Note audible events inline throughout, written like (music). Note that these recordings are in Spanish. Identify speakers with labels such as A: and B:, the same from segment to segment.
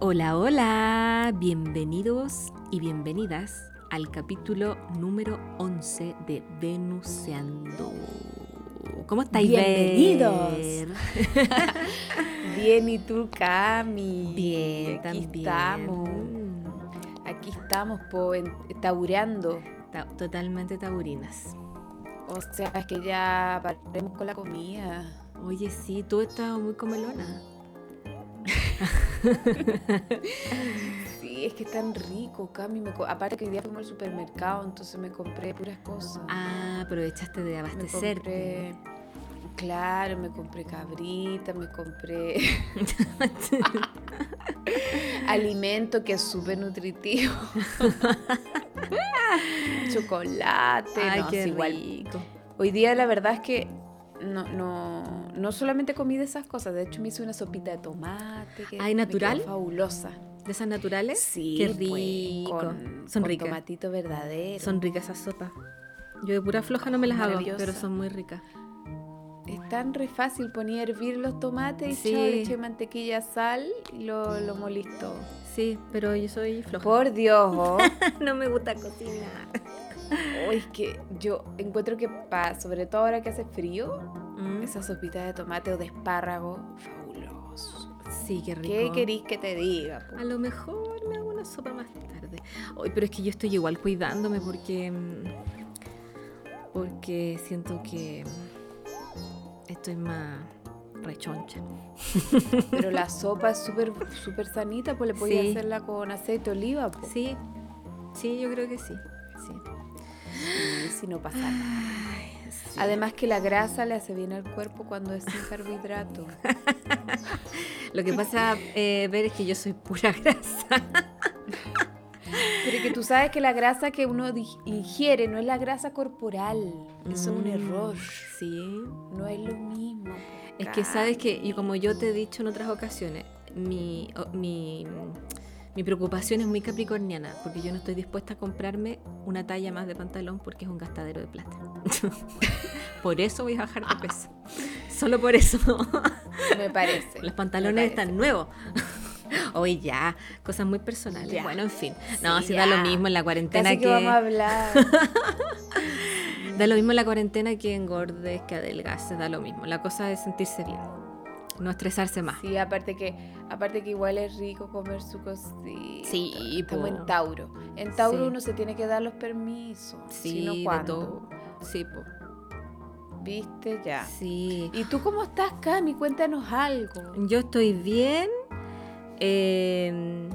A: Hola, hola, bienvenidos y bienvenidas al capítulo número 11 de Venuseando. ¿Cómo estáis?
B: Bienvenidos.
A: Ver?
B: Bien, ¿y tú, Cami?
A: Bien,
B: aquí
A: también.
B: estamos. Mm. Aquí estamos, po, en- taureando.
A: Ta- totalmente taurinas.
B: O sea, es que ya paremos con la comida.
A: Oye, sí, tú estás muy comelona.
B: Sí, es que es tan rico, Cami. me co- aparte que hoy día fuimos al supermercado, entonces me compré puras cosas.
A: Ah, aprovechaste de
B: me
A: abastecerte.
B: compré... Claro, me compré cabrita,
A: (laughs)
B: me compré alimento que es
A: (laughs)
B: súper nutritivo. Chocolate,
A: Ay,
B: no,
A: qué
B: sí, igual
A: rico.
B: Hoy día la verdad es que no, no, no solamente comí de esas cosas, de hecho me hice una sopita de tomate. Que
A: Ay,
B: me
A: ¿natural?
B: quedó Fabulosa.
A: ¿De esas naturales?
B: Sí,
A: Qué
B: pues,
A: rico.
B: con,
A: Son
B: con
A: ricas.
B: tomatito verdadero.
A: Son ricas esas sopas. Yo de pura floja no me las hago,
B: Maravillosa.
A: pero son muy ricas.
B: Es tan re fácil poner a hervir los tomates
A: Sí.
B: y chao, le eché mantequilla, sal y lo, lo molís todo.
A: Sí, pero yo soy floja.
B: Por Dios, oh.
A: (laughs) No me gusta cocinar.
B: Oh, (laughs) es que yo encuentro que pa, sobre todo ahora que hace frío,
A: Mm,
B: esa sopita de tomate o de espárrago, fabuloso.
A: Sí, qué rico.
B: ¿Qué querís que te diga? po?
A: A lo mejor me hago una sopa más tarde. Hoy, pero es que yo estoy igual cuidándome porque. mm, Porque siento que. mm, Estoy más rechoncha. (laughs)
B: Pero la sopa es súper súper sanita, pues le podías
A: Sí.
B: hacerla con aceite de oliva, pues.
A: Sí, sí, yo creo que sí. sí.
B: Y si no pasa nada.
A: Ay, sí.
B: Además que la grasa le hace bien al cuerpo cuando es sin carbohidrato.
A: Lo que pasa, eh, Ver, es que yo soy pura (laughs) grasa.
B: Pero que tú sabes que la grasa que uno di- ingiere no es la grasa corporal. Eso es un
A: Mm,
B: error.
A: Sí.
B: No es lo mismo.
A: Es que sabes que, y como yo te he dicho en otras ocasiones, mi, o- mi, mi preocupación es muy capricorniana, porque yo no estoy dispuesta a comprarme una talla más de pantalón porque es un gastadero de plata. (laughs) por eso voy a bajar de peso. Solo por
B: (laughs)
A: eso.
B: Me parece.
A: Los
B: me
A: pantalones
B: parece.
A: están nuevos. (laughs) Hoy ya, cosas muy personales.
B: Ya.
A: Bueno, en fin. No,
B: Sí,
A: si da lo
B: ya.
A: mismo en la cuarentena
B: Casi que vamos a hablar.
A: Da lo mismo en la cuarentena que engordes, que adelgaces, da lo mismo. La cosa es sentirse bien, no estresarse (laughs) más.
B: Sí, aparte que, aparte que igual es rico comer su cosita.
A: Sí,
B: Estamos
A: po.
B: en Tauro. En Tauro
A: Sí.
B: uno se tiene que dar los permisos.
A: Sí,
B: si no,
A: de
B: ¿cuándo?
A: todo. Sí, po.
B: Viste ya.
A: Sí.
B: ¿Y tú cómo estás, Cami? Cuéntanos algo.
A: Yo estoy bien. Eh,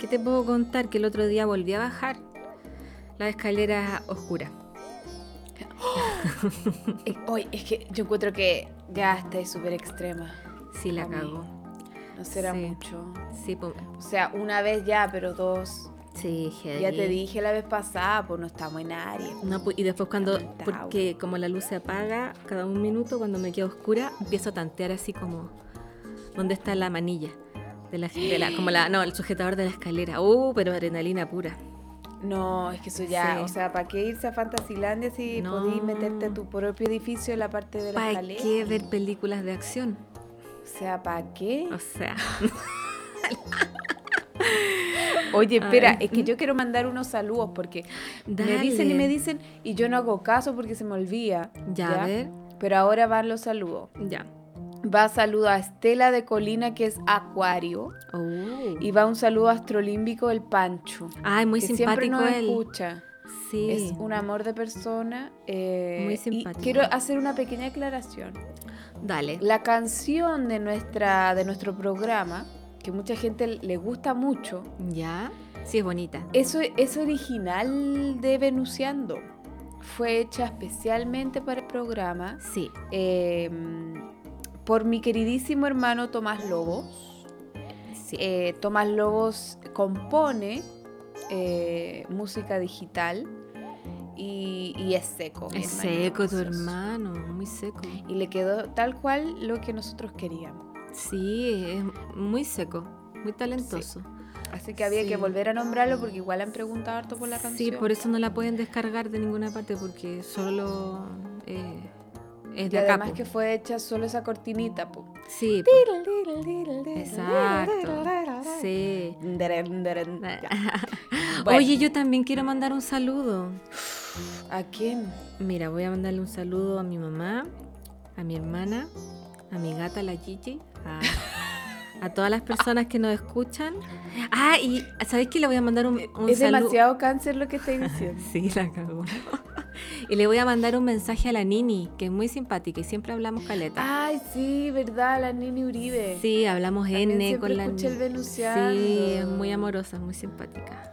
A: ¿Qué te puedo contar? Que el otro día volví a bajar las escaleras oscuras.
B: Eh, Hoy es que yo encuentro que ya estáis súper extrema.
A: Sí, la
B: Ami.
A: cago.
B: No será
A: Sí.
B: mucho.
A: Sí, po.
B: O sea, una vez ya, pero dos.
A: Sí,
B: Ya te
A: heavy.
B: dije la vez pasada, pues no estamos en Aries.
A: No, pu- y después cuando,
B: Estamos en Tauro.
A: porque como la luz se apaga cada un minuto, cuando me queda oscura, empiezo a tantear así como, ¿dónde está la manilla? De la, de la- como la, no, el sujetador de la escalera. Uh, pero adrenalina pura.
B: No, es que eso ya,
A: Sí.
B: o sea, ¿para qué irse a Fantasilandia si
A: No.
B: podís meterte a tu propio edificio en la parte de la
A: ¿Para
B: escalera?
A: qué ver películas de acción?
B: O sea, ¿para qué?
A: O
B: (laughs)
A: sea,
B: Oye, espera,
A: Ay,
B: es que yo quiero mandar unos saludos porque
A: Dale.
B: me dicen y me dicen y yo no hago caso porque se me olvida.
A: Ya, a ver.
B: Pero ahora van los saludos.
A: ya.
B: Va saludo a Estela de Colina, que es Acuario.
A: Oh.
B: Y va un saludo astrolímbico del Pancho.
A: Ay, muy
B: que siempre
A: simpático
B: nos
A: él.
B: escucha.
A: Sí.
B: Es un amor de persona. eh,
A: Muy
B: y
A: simpático.
B: quiero hacer una pequeña aclaración.
A: Dale.
B: La canción de, nuestra, de nuestro programa, que mucha gente le gusta mucho,
A: Ya. Sí, es bonita.
B: Eso es original de Venusiando. Fue hecha especialmente para el programa em,
A: Sí.
B: eh, por mi queridísimo hermano Tomás Lobos,
A: Sí.
B: Eh, Tomás Lobos compone eh, música digital y, y es seco.
A: es
B: hermano,
A: seco tu
B: gracioso.
A: hermano, muy seco.
B: Y le quedó tal cual lo que nosotros queríamos.
A: Sí, es muy seco, muy talentoso.
B: Así que había
A: Sí.
B: que volver a nombrarlo porque igual han preguntado harto por la
A: Sí,
B: canción.
A: por eso no la pueden descargar de ninguna parte porque solo eh, es
B: Y
A: de acá.
B: además
A: po.
B: que fue hecha solo esa cortinita, po.
A: Sí, po. exacto. Sí.
B: Deren, deren, ya. (laughs) Bueno,
A: Oye, yo también quiero mandar un saludo.
B: ¿a quién?
A: Mira, voy a mandarle un saludo a mi mamá, a mi hermana, a mi gata la Gigi, a, a todas las personas que nos escuchan. Ah, y ¿sabéis que le voy a mandar un, un
B: es
A: saludo?
B: demasiado cáncer lo que estoy diciendo.
A: (laughs) Sí, la cagó. y le voy a mandar un mensaje a la Nini, que es muy simpática y siempre hablamos caleta.
B: Ay, sí, verdad, la Nini Uribe.
A: sí, hablamos
B: También
A: N
B: siempre
A: con la
B: escucho el
A: Nini.
B: Venusiano.
A: Sí, es muy amorosa, es muy simpática.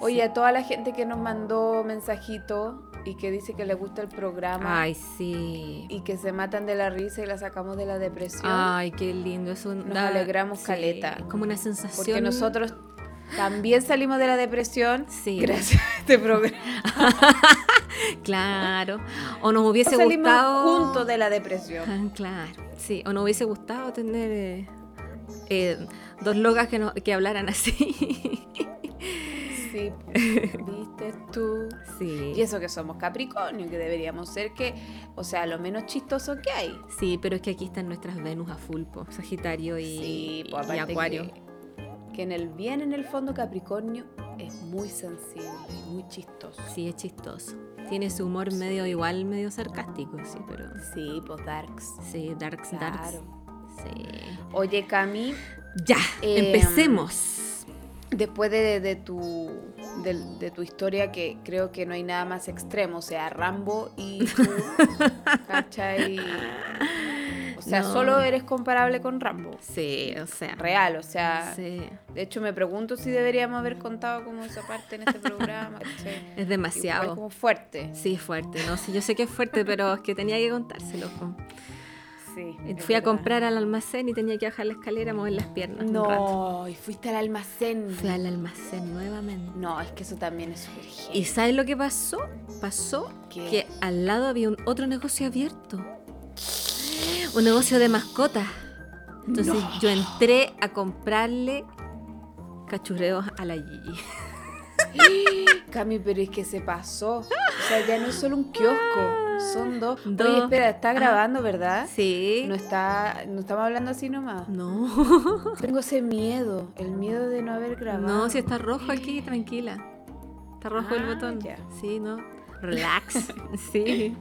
B: Oye, a toda la gente que nos mandó mensajito y que dice que le gusta el programa
A: Ay, sí.
B: y que se matan de la risa y la sacamos de la depresión.
A: Ay, qué lindo. Eso
B: Nos alegramos caleta.
A: Es como una sensación.
B: porque nosotros también salimos de la depresión
A: Sí.
B: gracias a este programa.
A: Claro. O nos hubiese
B: salimos
A: gustado.
B: juntos de la depresión.
A: Ah, (laughs) Claro. Sí, o nos hubiese gustado tener eh, eh, dos locas que, no- que hablaran así. (laughs)
B: Sí, pues, viste tú.
A: sí.
B: Y eso que somos Capricornio, que deberíamos ser que, o sea, lo menos chistoso que hay.
A: Sí, pero es que aquí están nuestras Venus a full, po, Sagitario y,
B: Sí, pues,
A: y
B: aparte
A: Acuario.
B: Que, que en el bien, en el fondo, Capricornio es muy sensible, es muy chistoso.
A: Sí, es chistoso. Tiene su humor medio igual, medio sarcástico, sí, pero
B: Sí, pues Darks.
A: sí, darks, darks.
B: Claro.
A: Sí.
B: Oye, Cami,
A: Ya,
B: Eh,
A: empecemos.
B: después de, de tu, de, de tu historia, que creo que no hay nada más extremo, o sea, Rambo
A: (laughs)
B: y tú, ¿cachai? O sea,
A: No.
B: solo eres comparable con Rambo.
A: Sí, o sea,
B: Real, o sea,
A: sí,
B: de hecho me pregunto si deberíamos haber contado como esa parte en este
A: (laughs)
B: programa. ¿cachai?
A: es
B: Igual
A: demasiado.
B: como fuerte.
A: Sí, es fuerte, no, sí, yo sé que es fuerte, pero es que tenía que contárselo. po.
B: Sí.
A: Eh,
B: es
A: Fui a
B: verdad.
A: comprar al almacén y tenía que bajar la escalera, mover las piernas. un rato.
B: No, y fuiste al almacén.
A: Fui al almacén nuevamente.
B: No, es que eso también es súper heavy.
A: ¿Y sabes lo que pasó? Pasó
B: ¿Qué?
A: que al lado había un otro negocio abierto. Un negocio de mascotas. Entonces
B: No.
A: yo entré a comprarle cachureos a la Gigi.
B: Cami, pero es que se pasó. O sea, ya no es solo un kiosco, son dos. Oye,
A: Dos. Ah.
B: espera, está grabando, ¿verdad?
A: Sí.
B: No está, no estamos hablando así nomás.
A: No.
B: Tengo ese miedo, el miedo de no haber grabado.
A: No, si está rojo aquí, tranquila. Está rojo el
B: Ah,
A: botón.
B: ya.
A: Sí, no. Relax. (laughs)
B: (laughs)
A: sí.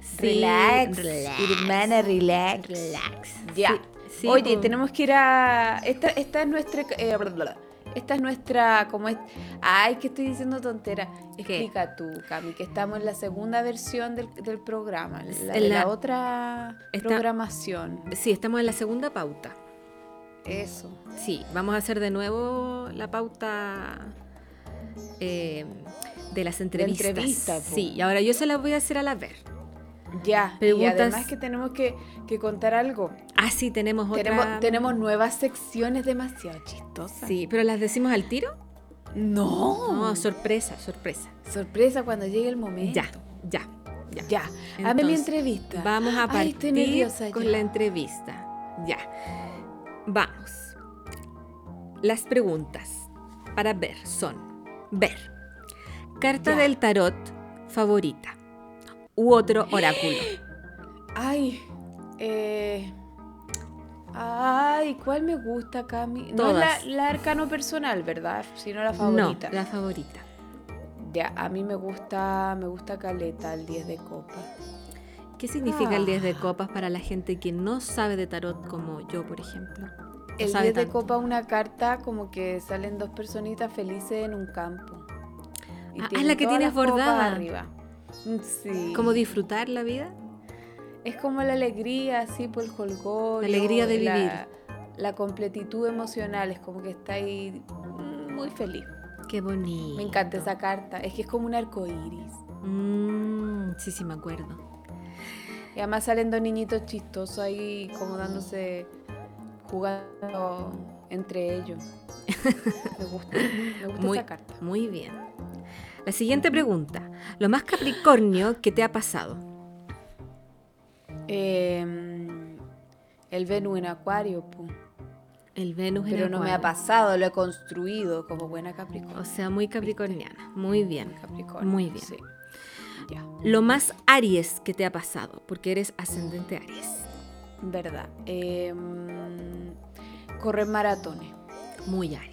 A: Sí,
B: relax,
A: Relax.
B: hermana, relax.
A: Relax.
B: Ya.
A: Sí, sí,
B: Oye,
A: po.
B: tenemos que ir a. Esta, esta es nuestra. eh, bla, bla, bla. Esta es nuestra. Como es... Ay, que estoy diciendo tontera.
A: ¿Qué?
B: Explica tú, Cami, que estamos en la segunda versión del, del programa. La, de
A: En
B: la
A: la-
B: otra
A: Esta-
B: programación.
A: Sí, estamos en la segunda pauta.
B: Eso.
A: Sí, vamos a hacer de nuevo la pauta eh, de las entrevistas.
B: entrevista, po.
A: sí, y ahora yo se las voy a hacer a la ver.
B: Ya.
A: Preguntas-
B: Y además que tenemos que, que contar algo.
A: Ah, sí, tenemos otra.
B: Tenemos, tenemos nuevas secciones demasiado chistosas.
A: Sí, pero las decimos al tiro.
B: No.
A: No, sorpresa, sorpresa.
B: Sorpresa cuando llegue el momento.
A: Ya, ya, ya.
B: Ya. Hazme mi
A: Entonces,
B: entrevista.
A: Vamos a
B: Ay, estoy
A: partir
B: nerviosa
A: con
B: ya.
A: la entrevista. Ya. Vamos. Las preguntas para ver son: ver, carta
B: Ya.
A: del tarot favorita u
B: (gasps)
A: otro oráculo.
B: Ay, eh, ay, ¿cuál me gusta, Cami?
A: Todas.
B: No es la, la arcano personal, ¿verdad? Sino la favorita.
A: No, la favorita.
B: Ya, a mí me gusta, me gusta Caleta, el 10 de copa.
A: ¿Qué significa el
B: Ah.
A: 10 de copas para la gente que no sabe de tarot como yo, por ejemplo? No
B: El
A: sabe
B: 10 de
A: tanto.
B: copa es una carta como que salen dos personitas felices en un campo.
A: Ah, es
B: tienen
A: la que
B: todas
A: tienes
B: las copas
A: bordada.
B: arriba. Mm, Sí.
A: ¿Cómo disfrutar la vida?
B: es como la alegría, así por el jolgorio.
A: La alegría de
B: la-
A: vivir.
B: la completitud emocional, es como que está ahí mm, muy feliz.
A: Qué bonito.
B: Me encanta esa carta. Es que es como un arco iris.
A: Mm, sí, sí, me acuerdo.
B: Y además salen dos niñitos chistosos ahí, como dándose jugando entre
A: (laughs)
B: ellos. Me gusta, me gusta
A: Muy,
B: esa carta.
A: muy bien. La siguiente pregunta. Lo más Capricornio que te ha pasado.
B: Eh, el Venus en Acuario, pu.
A: El Venus en
B: pero no me ha
A: Acuario.
B: pasado, lo he construido como buena Capricornio.
A: O sea, muy capricorniana. Muy bien.
B: Capricornio,
A: Muy bien.
B: sí. Ya,
A: Lo más Aries que te ha pasado, porque eres ascendente Aries.
B: verdad. Em, correr maratones,
A: Muy Aries.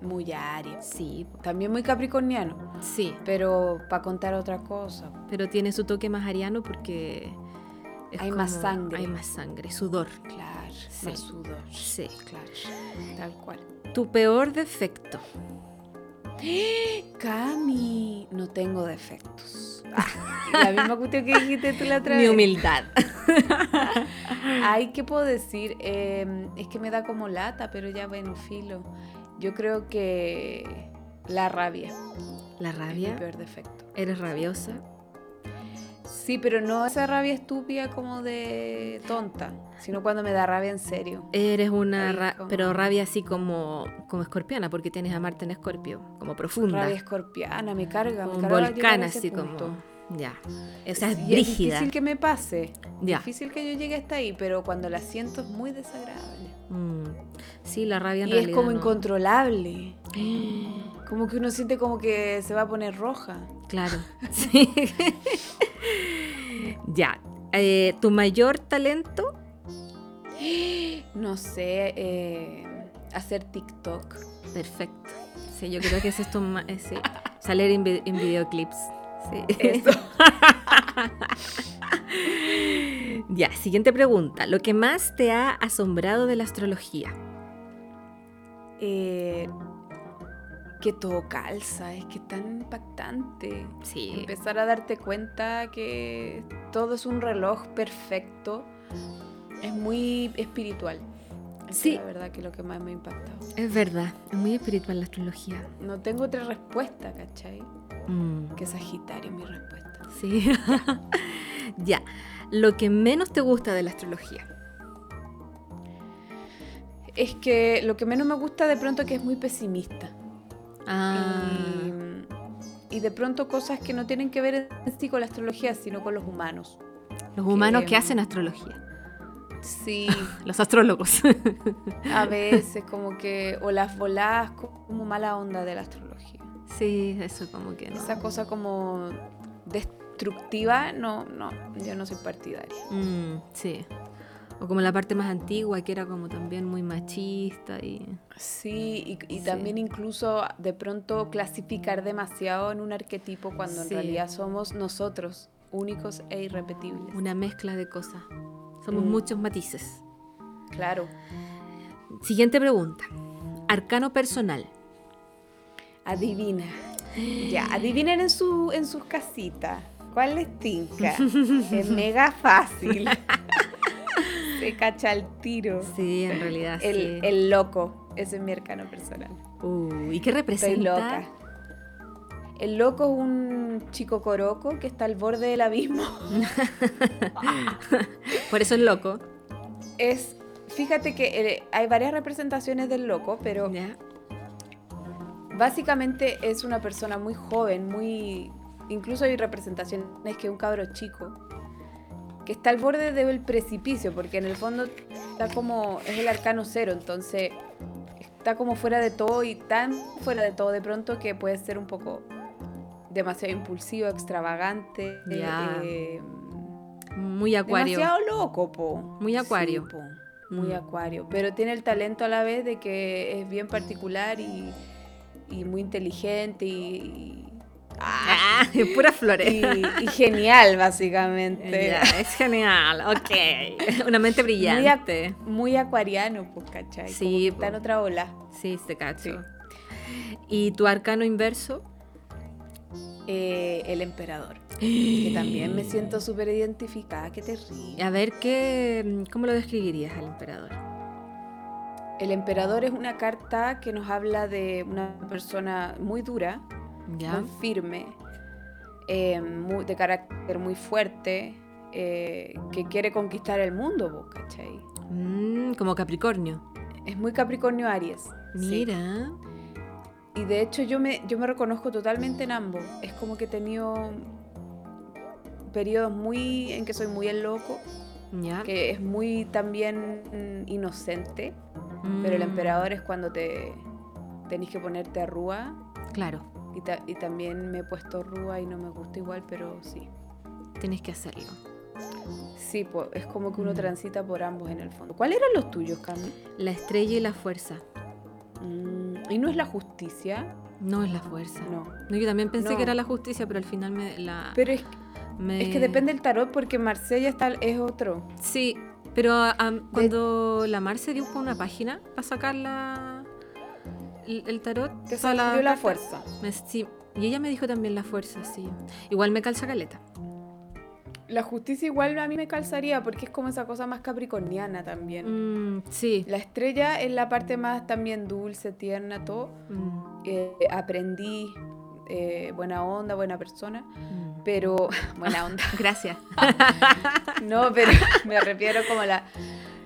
B: muy Aries.
A: Sí,
B: También muy capricorniano,
A: sí.
B: pero para contar otra cosa.
A: Pero tiene su toque más ariano porque... es
B: Hay más sangre.
A: Hay más sangre, sudor.
B: Claro,
A: Sí.
B: más sudor.
A: Sí.
B: Claro, tal cual.
A: Tu peor defecto.
B: Cami, no tengo defectos. (laughs) la misma cuestión que dijiste tú la otra
A: Mi
B: vez.
A: humildad.
B: Ay, ¿qué puedo decir? Eh, es que me da como lata, pero ya bueno, filo. Yo creo que la rabia,
A: La
B: es mi
A: rabia.
B: peor defecto.
A: (laughs) Eres rabiosa.
B: Sí, pero no esa rabia estúpida como de tonta, sino cuando me da rabia en serio.
A: Eres una
B: Ahí
A: ra-
B: como-
A: pero rabia así como, como escorpiana, porque tienes a Marte en escorpio, como profunda.
B: Rabia escorpiana, me carga, me
A: un
B: carga llegar
A: volcán
B: a ese
A: así
B: punto.
A: como. Ya. O sea, es
B: Sí,
A: brígida.
B: difícil que me pase.
A: Ya.
B: Difícil que yo llegue hasta ahí, pero cuando la siento es muy desagradable.
A: Mm. Sí, la rabia en
B: Y es
A: realidad
B: como
A: no-
B: incontrolable. Como que uno siente como que se va a poner roja.
A: (gasps)
B: (laughs)
A: Claro. Sí. (laughs) ya. Eh, tu mayor talento,
B: No sé, eh, hacer TikTok.
A: perfecto. Sí, yo creo que ese es tu ma- eh, sí. salir en, vi- en videoclips. Sí.
B: Eso.
A: (laughs) ya, siguiente pregunta. Lo que más te ha asombrado de la astrología.
B: Eh, que todo calza, es que es tan impactante.
A: Sí.
B: Empezar a darte cuenta que todo es un reloj perfecto. Es muy espiritual. Esa
A: Sí.
B: es La verdad que es lo que más me ha impactado.
A: Es verdad, es muy espiritual la astrología.
B: No tengo otra respuesta, ¿cachai?
A: Mm,
B: Que Sagitario es mi respuesta.
A: sí. (laughs) ya. Lo que menos te gusta de la astrología.
B: Es que lo que menos me gusta de pronto es que es muy pesimista.
A: Ah,
B: Y, y de pronto cosas que no tienen que ver en sí con la astrología, sino con los humanos.
A: los humanos
B: que-
A: que hacen astrología.
B: Sí,
A: Los astrólogos.
B: (laughs)
A: (laughs)
B: a veces como que, o las voladas como mala onda de la astrología.
A: sí, eso como que no.
B: Esa cosa como destructiva, no, no, yo no soy partidaria.
A: Mm, sí. O como la parte más antigua, que era como también muy machista y...
B: Sí, y, y
A: Sí.
B: también incluso de pronto clasificar demasiado en un arquetipo cuando en
A: Sí.
B: realidad somos nosotros, únicos e irrepetibles.
A: Una mezcla de cosas. Somos
B: Mm.
A: muchos matices.
B: Claro.
A: Siguiente pregunta. Arcano personal.
B: Adivina. Ya, adivinen en, su, en sus casitas. ¿Cuál les tinca? es mega fácil. Se cacha el tiro.
A: Sí, en realidad.
B: El,
A: sí.
B: el loco. Ese es mi arcano personal.
A: Uh, ¿Y qué representa?
B: Estoy loca. El loco es un chico coroco que está al borde del abismo. (laughs)
A: Por eso es loco.
B: Es. Fíjate que eh, hay varias representaciones del loco, pero
A: Ya.
B: básicamente es una persona muy joven, muy. Incluso hay representaciones que un cabro chico que está al borde del precipicio, porque en el fondo está como. es el arcano cero, entonces está como fuera de todo y tan fuera de todo de pronto que puede ser un poco demasiado impulsivo, extravagante.
A: Ya.
B: eh,
A: Muy acuario.
B: Demasiado loco, po.
A: Muy acuario.
B: Sí, po. Muy
A: Mm.
B: acuario. Pero tiene el talento a la vez de que es bien particular y, y muy inteligente y,
A: Ah, (laughs) es pura flores.
B: y, y genial, básicamente.
A: Ya, es genial. Ok. (laughs) Una mente
B: Muy, ac-
A: brillante.
B: muy acuariano, pues, ¿cachai?
A: Sí,
B: Como que
A: po.
B: está en otra ola.
A: Sí, te cacho.
B: Sí.
A: ¿Y tu arcano inverso?
B: Eh, el emperador. Que
A: (gasps)
B: también me siento súper identificada, qué terrible.
A: A ver, ¿qué, mm, ¿cómo lo describirías al emperador?
B: El emperador es una carta que nos habla de una persona muy dura,
A: Ya.
B: muy firme, eh, muy- de carácter muy fuerte, eh, que quiere conquistar el mundo, po, ¿cachai?
A: Mm, como Capricornio.
B: Es muy Capricornio Aries. sí.
A: Mira.
B: Y de hecho yo me, yo me reconozco totalmente en ambos. Es como que he tenido periodos muy en que soy muy el loco,
A: Ya.
B: que es muy también mm, inocente, pero el
A: Mm,
B: emperador es cuando te tenés que ponerte a rúa
A: Claro,
B: y, ta- y también me he puesto rúa y no me gusta igual, pero sí.
A: tienes que hacerlo.
B: Sí, po, es como que uno
A: Mm.
B: transita por ambos en el fondo. ¿Cuáles eran los tuyos, Cami?
A: La estrella y la fuerza.
B: Mm, ¿Y no es la justicia?
A: No es la fuerza. No.
B: No.
A: yo también pensé
B: No.
A: que era la justicia, pero al final me la.
B: Pero es,
A: me-
B: es que depende del tarot porque Marsella está, es otro.
A: Sí, pero ah, ah, cuando la Mar se dio con una página para sacar la, el, el tarot,
B: Te
A: o sea, la
B: salió la
A: carta,
B: fuerza.
A: me- sí, y ella me dijo también la fuerza, sí. Igual me calza caleta.
B: La justicia igual a mí me calzaría porque es como esa cosa más capricorniana también.
A: Mm, sí.
B: La estrella es la parte más también dulce, tierna, todo.
A: Mm,
B: Eh, aprendí, eh, buena onda, buena persona,
A: mm.
B: pero (laughs) buena onda.
A: Gracias.
B: No, pero (laughs) me refiero como a la,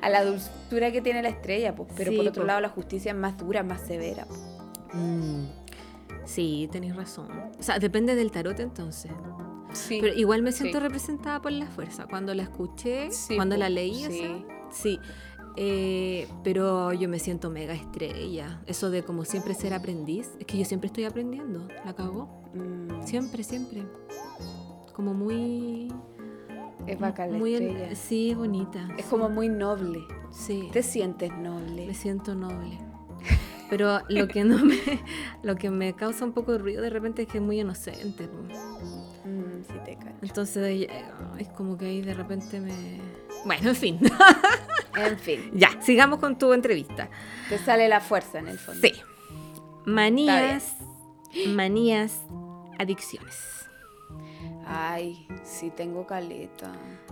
B: a la dulzura que tiene la estrella, pues. Pero
A: Sí,
B: por otro
A: po.
B: lado la justicia es más dura, más severa. pues. po.
A: Mm, Sí, tenéis razón. O sea, depende del tarot entonces.
B: Sí.
A: Pero igual me siento
B: Sí.
A: representada por la fuerza. Cuando la escuché,
B: Sí,
A: cuando
B: po,
A: la leí, o
B: sí.
A: sea, sí. Eh, pero yo me siento mega estrella. Eso de como siempre ser aprendiz. Es que yo siempre estoy aprendiendo. La cago.
B: Mm,
A: Siempre, siempre. Como muy.
B: es bacán la
A: muy en-
B: estrella.
A: sí, bonita.
B: Es como muy noble.
A: Sí.
B: Te sientes
A: Me
B: noble.
A: siento noble. Pero lo que no me. Lo que me causa un poco de ruido de repente es que es muy inocente. po.
B: Mm, sí, te cacho.
A: Entonces, eh, es como que ahí de repente me. Bueno, en fin. (laughs)
B: (laughs) En fin,
A: Ya, sigamos con tu entrevista.
B: te sale la fuerza en el fondo.
A: Sí. Manías, manías, adicciones.
B: Ay, sí tengo caleta.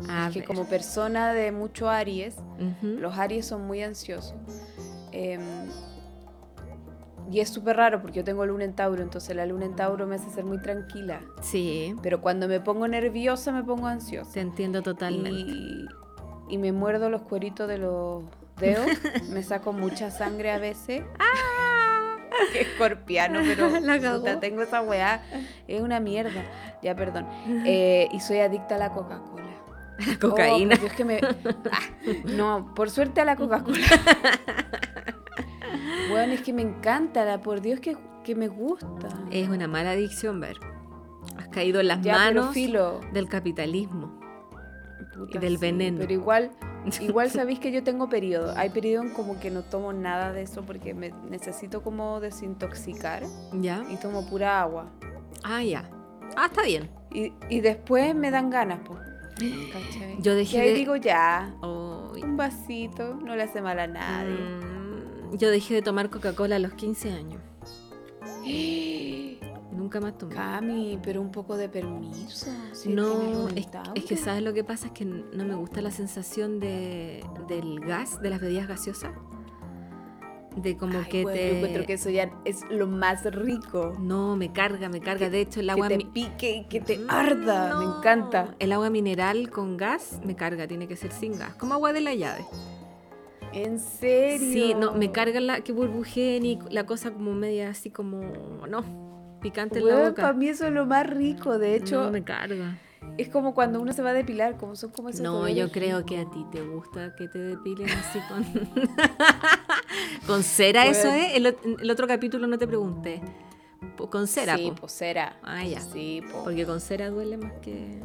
A: A
B: es que
A: ver.
B: como persona de mucho Aries,
A: Ujú.
B: los Aries son muy ansiosos. Em, y es súper raro porque yo tengo luna en Tauro, entonces la luna en Tauro me hace ser muy tranquila.
A: Sí,
B: Pero cuando me pongo nerviosa me pongo ansiosa.
A: te entiendo totalmente.
B: Y, y me muerdo los cueritos de los
A: (laughs)
B: dedos, me saco mucha sangre a veces. (laughs) Qué escorpiano, pero
A: Ah. (laughs) La
B: puta,
A: cagó.
B: tengo esa weá. Es una mierda.
A: (laughs)
B: Ya, perdón. Eh, y soy adicta a la Coca-Cola.
A: La cocaína.
B: Oh, pero es que me- Ah, no, por suerte a la Coca-Cola. Bueno, es que me encanta, la, por Dios que, que me gusta.
A: Es una mala adicción, ver. Has caído en las
B: Ya, pero
A: manos
B: filo.
A: del capitalismo.
B: Puta,
A: del veneno.
B: Pero igual, igual sabéis que yo tengo periodo. Hay periodo en como que no tomo nada de eso porque me necesito como desintoxicar
A: ¿Ya?
B: y tomo pura agua.
A: Ah, ya. Ah, está bien.
B: Y, y después me dan ganas, po. ¿Cachai?
A: Yo dejé
B: Y ahí
A: de-
B: digo ya,
A: Ay,
B: un vasito, no le hace mal a nadie.
A: mm, yo dejé de tomar Coca-Cola a los 15 años. Mm.
B: (gasps) ¡Ah!
A: Nunca más tomé.
B: Cami, pero un poco de permiso. si tienes
A: No,
B: luna en
A: es,
B: Tauro.
A: es que sabes lo que pasa es que n- no me gusta la sensación de, del gas, de las bebidas gaseosas. De como
B: Ay,
A: que
B: bueno,
A: te.
B: Yo encuentro que eso ya es lo más rico.
A: No, me carga, me carga. de hecho, el agua.
B: que te
A: mi- Mm,
B: pique y que te arda. Me
A: No.
B: encanta.
A: El agua mineral con gas me carga, tiene que ser sin gas. Como agua de la llave.
B: ¿En serio?
A: Sí, no, me carga la que burbujeen y la cosa como media así como. No, picante en la
B: para
A: boca.
B: mí eso es lo más rico. De hecho,
A: no, me carga.
B: es como cuando uno se va a depilar, como son como esos
A: No,
B: colores
A: yo creo que a ti te gusta que te depilen así
B: (laughs)
A: con... (laughs) con cera, eso
B: Bueno.
A: es. El, ot- el otro capítulo no te pregunté. Po- Con cera,
B: Sí,
A: po.
B: pues cera.
A: Ah, ya.
B: Sí, po.
A: Porque con cera duele más que,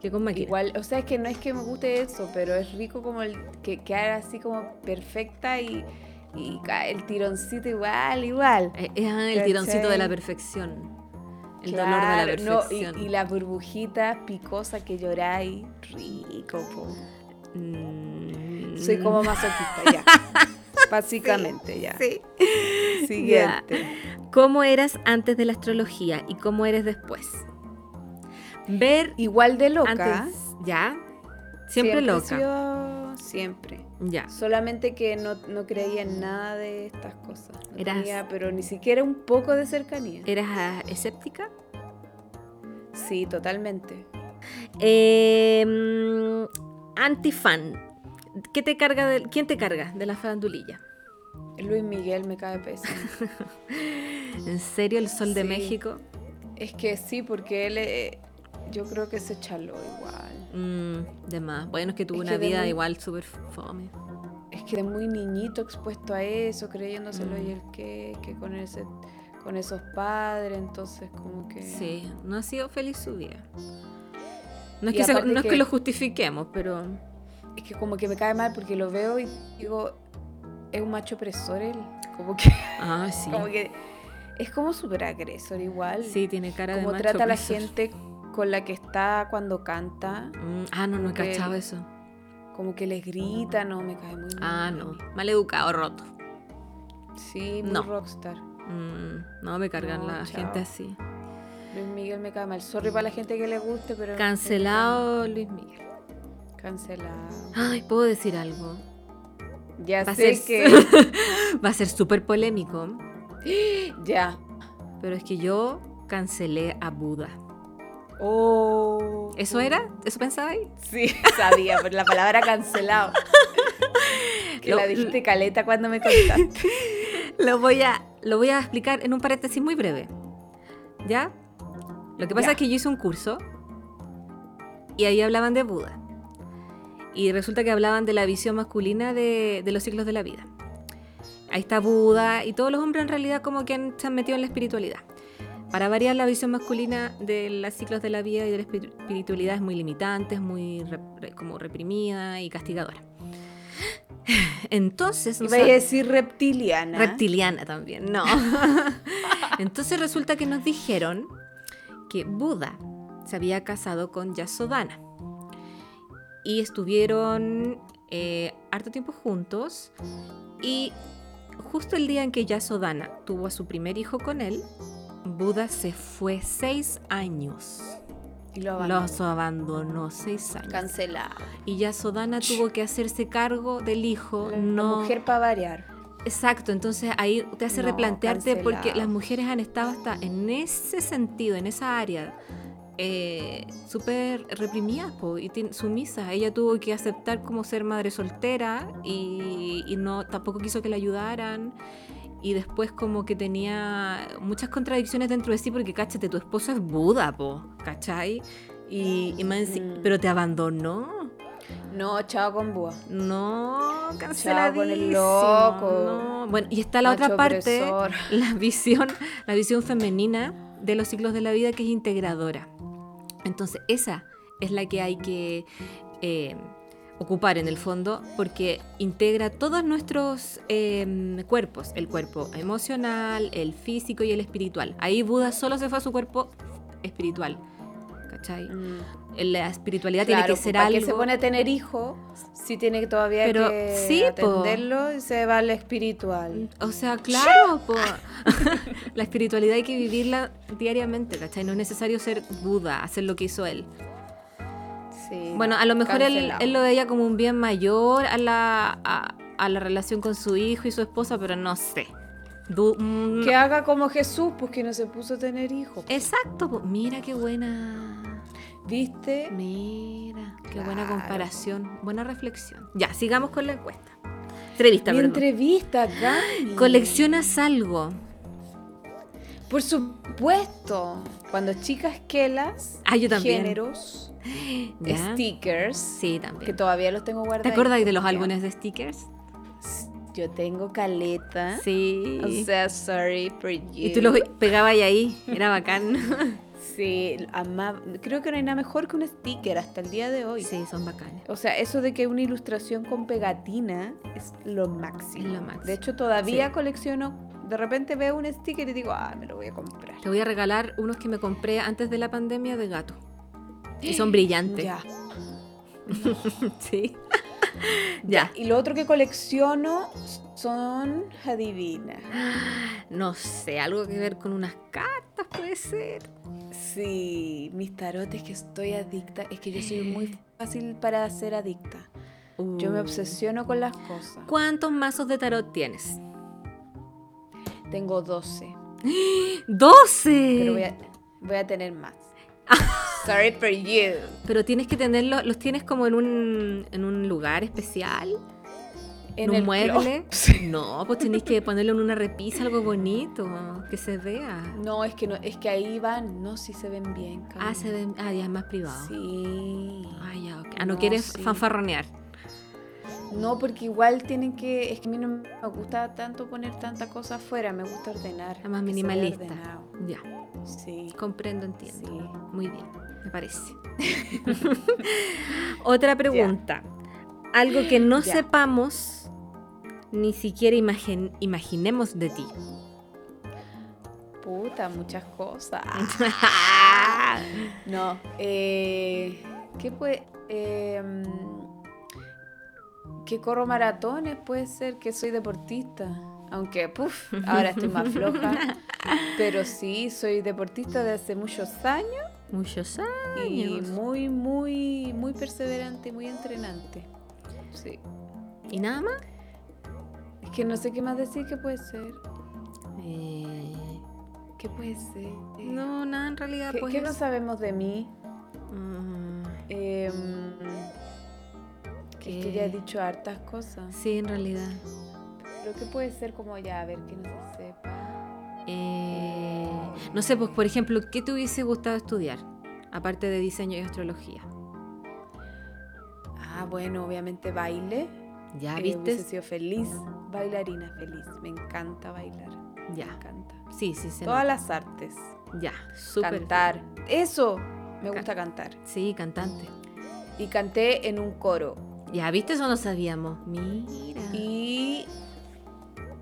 A: que con máquina.
B: Igual, o sea, es que no es que me guste eso, pero es rico como el que quedar así como perfecta y, y cae el tironcito igual, igual.
A: Eh, Es el tironcito de la
B: ¿Cachai?
A: perfección. El dolor
B: Claro,
A: de
B: no,
A: la
B: y-
A: perfección.
B: y, la burbujita picosa que lloráis, rico, po.
A: Mm.
B: Soy como masoquista,
A: (laughs)
B: ya. Básicamente, ya.
A: Sí.
B: Siguiente.
A: ¿Cómo eras antes de la astrología y cómo eres después? Ver
B: Igual de loca.
A: antes. ¿Ya? Siempre,
B: he
A: loca.
B: sido- siempre.
A: Ya.
B: Solamente que no, no creía en nada de estas cosas. No
A: Eras-
B: tenía, pero ni siquiera un poco de cercanía.
A: ¿Eras ah, escéptica?
B: Sí, totalmente.
A: Eh, mm, Em, antifan. ¿Qué te carga del- ¿Quién te carga de la farandulilla?
B: Luis Miguel me cae pésimo.
A: (laughs) ¿En serio el sol de
B: Sí.
A: México?
B: es que sí, porque él eh, yo creo que se chaló igual.
A: Mm, de más. Bueno, es que tuvo
B: Es
A: una
B: que de
A: vida
B: muy-
A: igual súper fome.
B: Es que de muy niñito expuesto a eso, creyéndoselo
A: Mm.
B: y el que, que con ese con esos padres, entonces como que
A: Sí, no ha sido feliz su vida. No es,
B: Y
A: que, se-
B: aparte
A: no es que
B: que-
A: lo justifiquemos, pero
B: es que como que me cae mal porque lo veo y digo, es un macho opresor él, como que
A: Ah, sí.
B: como que es como súper agresor igual.
A: Sí, tiene cara de
B: como
A: macho
B: trata a la
A: opresor.
B: gente con la que está cuando canta,
A: Mm, ah, no, no he
B: Como que él-
A: cachado eso.
B: como que les grita, no, me cae muy mal.
A: Ah, no. Mal educado, roto.
B: Sí, muy
A: No.
B: rockstar.
A: Mm, no, me cargan
B: No,
A: la
B: chao.
A: gente así.
B: Luis Miguel me cae mal. Sorry para la gente que le guste, pero...
A: Cancelado Luis Miguel.
B: Cancelado.
A: Ay, ¿puedo decir algo?
B: Ya
A: Va a
B: sé
A: ser, (laughs)
B: que...
A: va a ser súper polémico,
B: ya.
A: pero es que yo cancelé a Buda.
B: Oh.
A: ¿Eso era? ¿Eso pensabais?
B: Sí, (laughs) sabía, pero la palabra (laughs) cancelado. Que
A: Lo-
B: la dijiste caleta cuando me contaste.
A: (laughs) Lo voy a, lo voy a explicar en un paréntesis muy breve. ¿Ya? Lo que pasa
B: Ya.
A: es que yo hice un curso y ahí hablaban de Buda. Y resulta que hablaban de la visión masculina de, de los ciclos de la vida. Ahí está Buda y todos los hombres en realidad como que han- se han metido en la espiritualidad. Para variar, la visión masculina de los ciclos de la vida y de la espiritu- espiritualidad es muy limitante, es muy rep- re- como reprimida y castigadora. (laughs) Entonces,
B: Iba a
A: nosotros-
B: decir reptiliana.
A: Reptiliana también, no. (laughs) Entonces resulta que nos dijeron que Buda se había casado con Yasodhana y estuvieron eh, harto tiempo juntos y justo el día en que Yasodhana tuvo a su primer hijo con él, Buda se fue seis años.
B: Y lo abandonó.
A: Los abandonó seis años.
B: Cancelado.
A: Y Yasodhana tuvo que hacerse cargo del hijo.
B: La
A: no
B: mujer para variar.
A: Exacto, entonces ahí te hace
B: No,
A: replantearte porque
B: cancelado.
A: las mujeres han estado hasta en ese sentido, en esa área, eh, súper reprimidas po, y tin- sumisas. Ella tuvo que aceptar como ser madre soltera y, y no tampoco quiso que la ayudaran. Y después como que tenía muchas contradicciones dentro de sí porque, cáchate, tu esposo es Buda, po, ¿cachai? Y, y más enci-
B: Mm.
A: pero te abandonó.
B: No, chao con búa.
A: No,
B: Chao con el
A: canceladísimo.
B: loco.
A: no. Bueno, y está la otra
B: Macho
A: parte,
B: opresor.
A: (laughs) la visión, la visión femenina de los ciclos de la vida que es integradora. Entonces, esa es la que hay que eh, ocupar en el fondo, porque integra todos nuestros eh, cuerpos, el cuerpo emocional, el físico y el espiritual. Ahí Buda solo se fue a su cuerpo espiritual. ¿Cachai?
B: Mm.
A: La espiritualidad
B: Claro, pues,
A: tiene que ser
B: ¿para
A: algo.
B: qué se pone a tener hijo si tiene que todavía
A: Pero
B: que
A: sí, po.
B: atenderlo y se va al espiritual?
A: O sea, claro, po. (laughs) la espiritualidad hay que vivirla diariamente, ¿cachai? No es necesario ser Buda, hacer lo que hizo él.
B: Sí,
A: Bueno, a lo mejor él,
B: cancelado.
A: él lo veía como un bien mayor a la, a, a la relación con su hijo y su esposa, pero no sé. Du- mm,
B: Que haga como Jesús, pues que no se puso a tener hijos.
A: Exacto, po. mira qué buena.
B: Eh. ¿Viste?
A: Mira, qué buena
B: Claro.
A: comparación, buena reflexión. Ya, sigamos con la encuesta. Entrevista,
B: Mi
A: perdón.
B: entrevista, Cami.
A: ¿Coleccionas algo?
B: Por supuesto. Cuando chicas quelas,
A: Ah, yo también.
B: géneros,
A: ¿Ya?
B: stickers,
A: Sí,
B: que
A: también.
B: todavía los tengo guardados.
A: ¿Te acordáis de los álbumes de stickers?
B: Yo tengo caleta.
A: Sí.
B: O sea, sorry for you.
A: y tú los pegabas y ahí, (laughs) era bacán.
B: Sí, amaba. Creo que no hay nada mejor que un sticker hasta el día de hoy.
A: sí, son bacanes.
B: O sea, eso de que una ilustración con pegatina es lo máximo.
A: Es lo máximo,
B: De hecho, todavía
A: sí.
B: colecciono. De repente veo un sticker y digo, ah, me lo voy a comprar.
A: Te voy a regalar unos que me compré antes de la pandemia de gato. Y (gasps) son brillantes.
B: Ya.
A: (laughs) sí. ya.
B: Y lo otro que colecciono son adivina.
A: No sé, algo que ver con unas cartas puede ser.
B: Sí, mis tarotes que estoy adicta. Es que yo soy muy fácil para ser adicta. Yo me
A: Uh.
B: obsesiono con las cosas.
A: ¿Cuántos mazos de tarot tienes?
B: Tengo 12,
A: ¡12!
B: pero voy a, voy a tener más. Sorry for you.
A: Pero tienes que tenerlos, los tienes como en un, en un lugar especial, en, un
B: el
A: mueble.
B: clo-
A: (laughs)
B: Sí.
A: No, pues tenéis que ponerlo en una repisa, algo bonito, que se vea.
B: No, es que no, es que ahí van, no, si se ven bien.
A: Ah, se ven, ah, ya es más privado.
B: Sí.
A: Ah, ya, ok. Ah, no,
B: No,
A: quieres
B: sí.
A: fanfarronear.
B: No, porque igual tienen que. Es que a mí no me gusta tanto poner tanta cosa afuera, me gusta ordenar.
A: Es más
B: que se vea
A: minimalista.
B: ordenado.
A: Ya,
B: Sí.
A: comprendo, entiendo.
B: Sí.
A: Muy bien, me
B: (laughs)
A: parece. Otra pregunta. Algo que no
B: Ya.
A: sepamos, ni siquiera imagin- imaginemos de
B: (laughs)
A: ti.
B: Puta, muchas
A: (laughs)
B: cosas. No. Eh, ¿Qué puede.? eh, mm, que corro maratones, puede ser que soy deportista. Aunque, puff, ahora estoy más
A: (laughs)
B: floja. Pero sí, soy deportista de hace muchos años
A: Muchos años.
B: y
A: Años.
B: muy, muy, muy perseverante, muy entrenante. Sí.
A: ¿Y nada más?
B: Es que no sé qué más decir que puede ser.
A: Eh,
B: ¿Qué puede ser?
A: no, nada en realidad.
B: ¿Qué,
A: pues
B: qué no
A: eso.
B: sabemos de mí?
A: Mm,
B: Em, que es que ya he dicho hartas cosas.
A: sí, en realidad.
B: Pero ¿qué puede ser como ya? A ver, que no se sepa.
A: Eh, no sé, pues por ejemplo, ¿qué te hubiese gustado estudiar? Aparte de diseño y astrología.
B: Ah, bueno, obviamente baile.
A: ¿Ya
B: Eh,
A: viste?
B: hubiese sido feliz. Bailarina feliz. Me encanta bailar. Me
A: Ya.
B: encanta.
A: Sí, sí, se
B: Todas
A: nota.
B: las artes.
A: Ya, súper.
B: Cantar. Eso. Me
A: Ca-
B: gusta cantar.
A: Sí, cantante.
B: Y canté en un coro.
A: Ya, ¿viste? Eso no sabíamos. Mira.
B: Ah. Y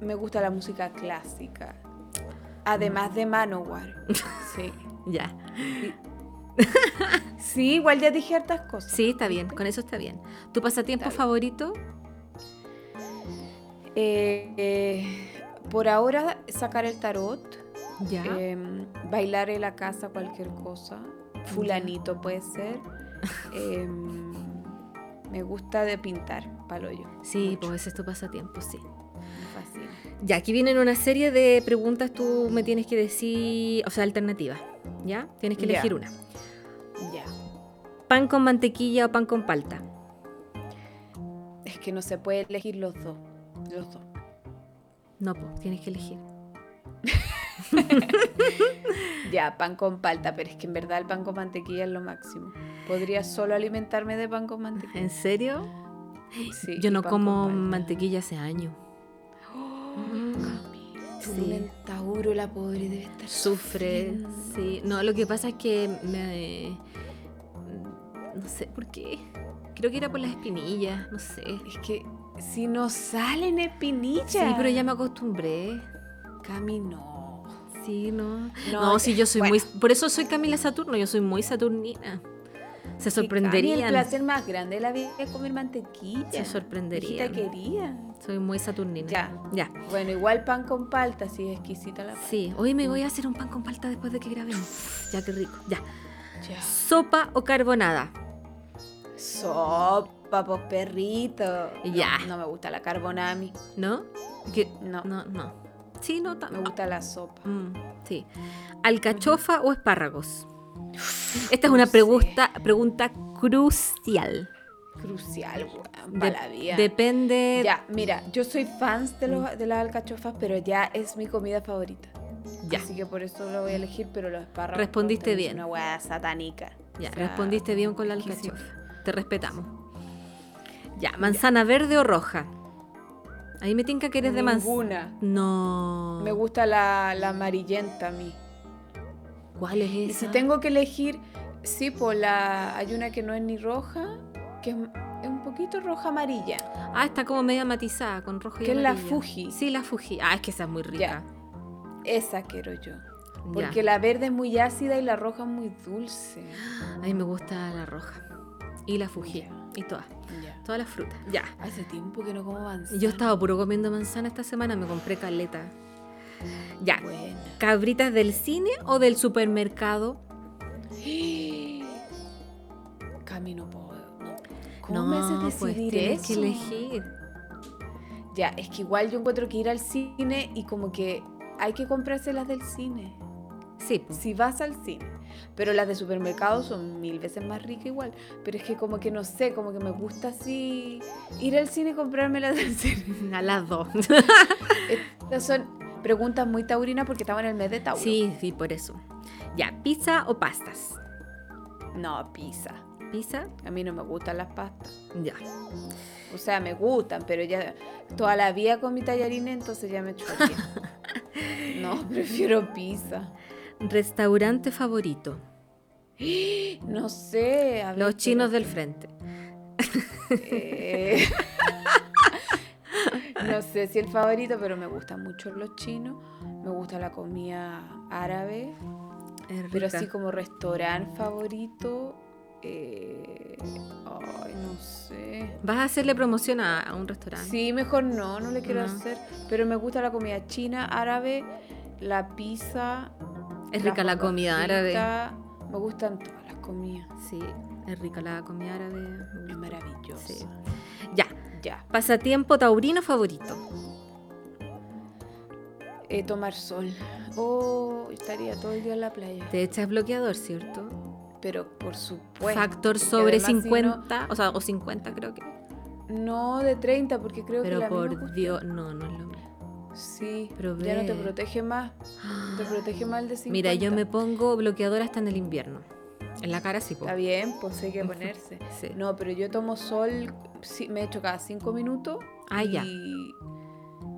B: me gusta la música clásica. Además de (laughs) Manowar. Sí.
A: Ya.
B: Sí, igual ya dije hartas cosas.
A: Sí, está bien. Con eso está bien. ¿Tu pasatiempo
B: Está bien.
A: favorito?
B: Eh, eh, por ahora, sacar el tarot.
A: Ya.
B: em, bailar en la casa, cualquier cosa. Fulanito puede ser.
A: (laughs)
B: Em, me gusta de pintar, palo yo.
A: sí, pues ese es tu pasatiempo, sí.
B: Fácil.
A: Ya, aquí vienen una serie de preguntas, tú me tienes que decir, o sea, alternativas, ¿ya? Tienes que
B: Ya.
A: elegir una.
B: Ya.
A: ¿Pan con mantequilla o pan con palta?
B: Es que no se puede elegir los dos. Los dos.
A: No, pues, tienes que elegir.
B: Ya, pan con palta, pero es que en verdad el pan con mantequilla es lo máximo. Podría solo alimentarme de pan con
A: (laughs)
B: mantequilla.
A: ¿En serio?
B: Sí,
A: Yo
B: y
A: no
B: pan con
A: como
B: palta.
A: mantequilla hace años.
B: Tu
A: ¡Oh! Sí.
B: luna en Tauro, la pobre debe estar
A: Sufre,
B: sufriendo.
A: sí. No, lo que pasa es que me... No sé por qué. Creo que era por las espinillas, no sé.
B: Es que si no salen espinillas.
A: Sí, pero ya me acostumbré.
B: Caminó.
A: Sí, no. No,
B: No,
A: sí, yo soy
B: bueno.
A: muy... Por eso soy Camila Saturno, yo soy muy saturnina. Se
B: Y el
A: sorprenderían.
B: placer más grande de la vida es comer mantequilla.
A: Se Mm. sorprenderían.
B: Hijita querida.
A: Soy muy saturnina.
B: Ya.
A: Ya.
B: Bueno, igual pan con palta, sí, es exquisita la palta.
A: Sí, hoy me voy a hacer un pan con palta después de que grabemos. Ya, qué rico. Ya.
B: Ya.
A: ¿Sopa o carbonada?
B: Sopa, pues perrito. No,
A: Ya.
B: No, me gusta la carbonami.
A: ¿No? Que-
B: No,
A: No, no. Sí, no
B: me
A: tampoco.
B: gusta la sopa.
A: sí. ¿Alcachofa o espárragos? Esta es
B: no
A: una
B: sé.
A: pregunta, pregunta crucial.
B: Crucial, weón,
A: De-
B: para la vida.
A: Depende.
B: Ya, mira, yo soy fans de, los, de las alcachofas, pero ya es mi comida favorita.
A: Ya.
B: Así que por eso lo voy a elegir, pero los espárragos.
A: Respondiste
B: tenés
A: bien.
B: Una hueá satánica.
A: Ya,
B: O sea,
A: respondiste bien con la
B: que sí.
A: alcachofa. Te respetamos. Ya, manzana verde o roja. Ahí me tinca que eres de manzana.
B: Ninguna.
A: No.
B: Me gusta la, la amarillenta a mí.
A: ¿Cuál es esa?
B: Y si tengo que elegir, sí, por la. Hay una que no es ni roja, que es, es un poquito roja amarilla.
A: Ah, está como media matizada con rojo y
B: Que es la
A: amarillo.
B: Fuji.
A: Sí, la Fuji. Ah, es que esa es muy rica.
B: Esa quiero yo.
A: Ya.
B: Porque la verde es muy ácida y la roja es muy dulce.
A: A mí me gusta la roja. Y la Fuji. Y todas.
B: Ya.
A: Todas las frutas. Ya.
B: Hace tiempo que no como manzana.
A: Yo estaba puro comiendo manzana esta semana, me compré caleta. Ya.
B: Buena. (gasps)
A: ¿Cabritas del cine o del supermercado?
B: Camino puedo. No. ¿Cómo me haces
A: pues
B: decidir
A: tienes que
B: eso?
A: elegir.
B: Ya, es que igual yo encuentro que ir al cine y como que hay que comprarse las del cine.
A: Sí, pues.
B: Si vas al cine Pero las de supermercado son mil veces más ricas igual. Pero es que como que no sé, como que me gusta así ir al cine y comprarme las del cine. (laughs)
A: A las dos.
B: Estas son preguntas muy taurinas porque estamos en el mes de Tauro.
A: Sí, sí, por eso. Ya, pizza o pastas.
B: No, pizza.
A: Pizza,
B: A mí no me gustan las pastas.
A: ya.
B: O sea, me gustan, pero ya toda la vida con mi tallarines, entonces ya me choqué.
A: (laughs)
B: no, prefiero pizza.
A: Restaurante favorito.
B: No sé. a ver,
A: Los chinos del
B: espérate.
A: frente.
B: Eh, (laughs) no sé si el favorito, pero me gustan mucho los chinos. Me gusta la comida árabe.
A: Es
B: Pero
A: rica.
B: así como restaurante favorito. eh, ay, no sé.
A: Vas a hacerle promoción a, a un restaurante.
B: Sí, mejor no, no le quiero
A: No.
B: hacer. Pero me gusta la comida china, árabe, la pizza.
A: Es rica la comida árabe.
B: árabe. Me gustan todas las comidas.
A: Sí, es rica la comida árabe.
B: Es maravilloso.
A: Sí. Ya,
B: Ya.
A: pasatiempo taurino favorito.
B: Eh, tomar sol. Oh, estaría todo el día en la playa.
A: Te echas bloqueador, ¿cierto?
B: Pero por supuesto.
A: Factor
B: porque
A: sobre
B: además si no-
A: 50, o sea, o 50 creo que.
B: No de 30, porque creo que
A: Pero
B: la misma
A: por
B: cuestión-
A: Dios, no, no es lo mismo.
B: Sí,
A: Probé.
B: ya no te protege más. Te protege más el de
A: (gasps)
B: 50.
A: Mira, yo me pongo bloqueador hasta en el invierno. En la cara sí, po.
B: Está bien, pues hay que ponerse.
A: Sí.
B: No, pero yo tomo sol, sí, me echo cada 5 minutos.
A: Ah, ya.
B: Y,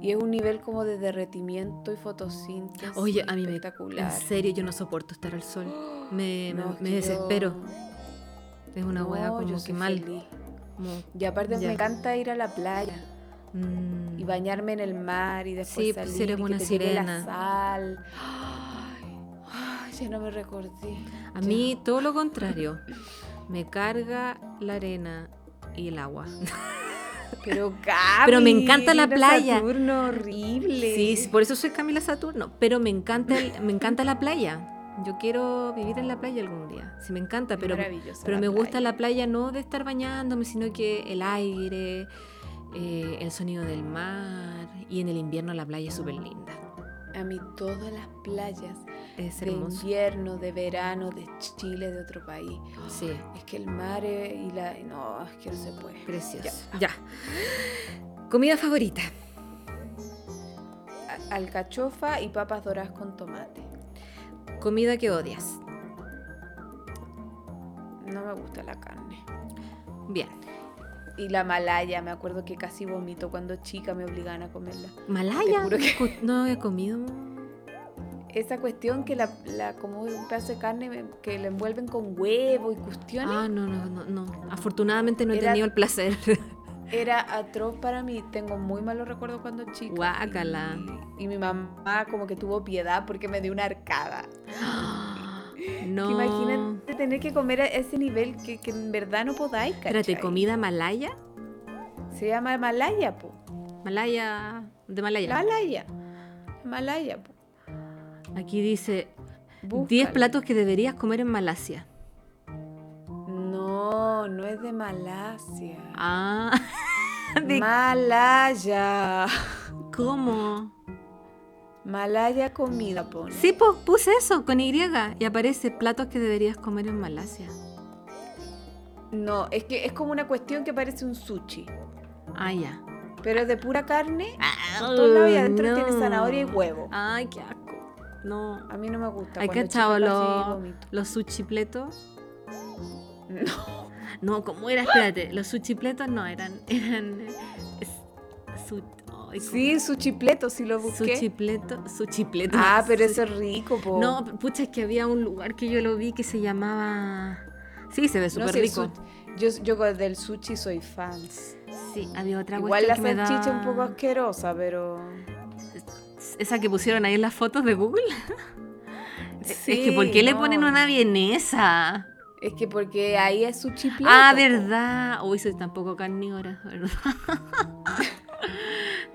B: y es un nivel como de derretimiento y fotosíntesis.
A: Oye, a mí me. En
B: espectacular.
A: serio, yo no soporto estar al
B: (gasps)
A: sol. Me, me-
B: No, es
A: me
B: que
A: desespero.
B: yo-
A: Es una hueá
B: no, yo
A: como que
B: soy
A: mal.
B: feliz.
A: como-
B: Y aparte
A: Ya.
B: me encanta ir a la playa.
A: mm,
B: y bañarme en el mar y después
A: Sí, pues,
B: salir
A: si eres
B: y que
A: una
B: te llegue
A: sirena.
B: la sal. Ay, ay, ya no me recordé.
A: A mí todo lo contrario. Me carga la arena y el agua.
B: Pero Gaby,
A: (laughs) Pero me encanta la
B: era
A: playa.
B: Saturno horrible.
A: Sí, sí, por eso soy Camila Saturno. Pero me encanta, el- me encanta la playa. Yo quiero vivir en la playa algún día. Sí, me encanta,
B: Es
A: pero,
B: maravillosa
A: pero
B: la
A: me gusta
B: playa.
A: la playa no de estar bañándome, sino que el aire, eh, el sonido del mar. Y en el invierno la playa es súper linda.
B: A mí todas las playas
A: Es
B: de
A: hermoso.
B: invierno, de verano, de Chile, de otro país.
A: Sí,
B: Es que el mar eh, y la no, es que no se puede.
A: precioso.
B: Ya.
A: Ya. Comida favorita.
B: A- Alcachofa y papas doradas con tomate.
A: Comida que odias.
B: No me gusta la carne.
A: Bien.
B: Y la malaya, me acuerdo que casi vomito cuando chica me obligaban a comerla.
A: Malaya.
B: Te juro que-
A: cu- No he comido.
B: esa cuestión que la, la como un pedazo de carne me- que la envuelven con huevo y cuestiones
A: Ah, no, no, no, no. Afortunadamente no he
B: Era-
A: tenido el
B: (laughs)
A: placer.
B: era atroz para mí. Tengo muy malos recuerdos cuando chica.
A: Guácala.
B: Y, y mi mamá como que tuvo piedad porque me dio una arcada.
A: no.
B: Que Imagínate tener que comer a ese nivel que, que en verdad no podáis,
A: Espérate,
B: ¿cachai?
A: comida malaya.
B: Se llama malaya, po.
A: Malaya. De Malaya.
B: Malaya. Malaya, po.
A: Aquí dice 10
B: Búscalo.
A: platos que deberías comer en Malasia.
B: No, no es de Malasia.
A: Ah. (laughs) ¿de
B: Malaya.
A: ¿Cómo?
B: Malaya comida, po.
A: Sí, pues puse eso con Y y aparece platos que deberías comer en Malasia.
B: No, es que es como una cuestión que parece un sushi,
A: Ah, ya.
B: pero es de pura carne. Por todos lados y adentro
A: Oh, no.
B: tiene zanahoria y huevo.
A: Ay, qué asco. No.
B: A mí no me gusta.
A: ¿Hay
B: cuando
A: cachado
B: chica
A: los-
B: casi vomito. (laughs)
A: Los suchipletos.
B: No,
A: No, ¿cómo era? Espérate, los suchipletos no eran. Eran. eh, es- su- ay, ¿cómo?
B: Sí, su chipleto, si lo busqué.
A: Suchipleto. Suchipleto.
B: Ah, pero
A: Su-
B: eso es rico, po.
A: No, pucha, es que había un lugar que yo lo vi que se llamaba. Sí, se ve
B: No
A: súper
B: sé,
A: rico.
B: su- Yo, yo con- del sushi soy fan.
A: Sí, había otra
B: Igual la
A: cuestión que me
B: salchicha un poco
A: daba-
B: asquerosa, pero.
A: Esa que pusieron ahí en las fotos de Google. (laughs) es que, ¿por
B: Sí,
A: qué le
B: no.
A: ponen una vienesa?
B: Es que porque ahí es sushi plato.
A: Ah,
B: po.
A: verdad. Uy, soy tampoco carnívora, (laughs) ¿verdad?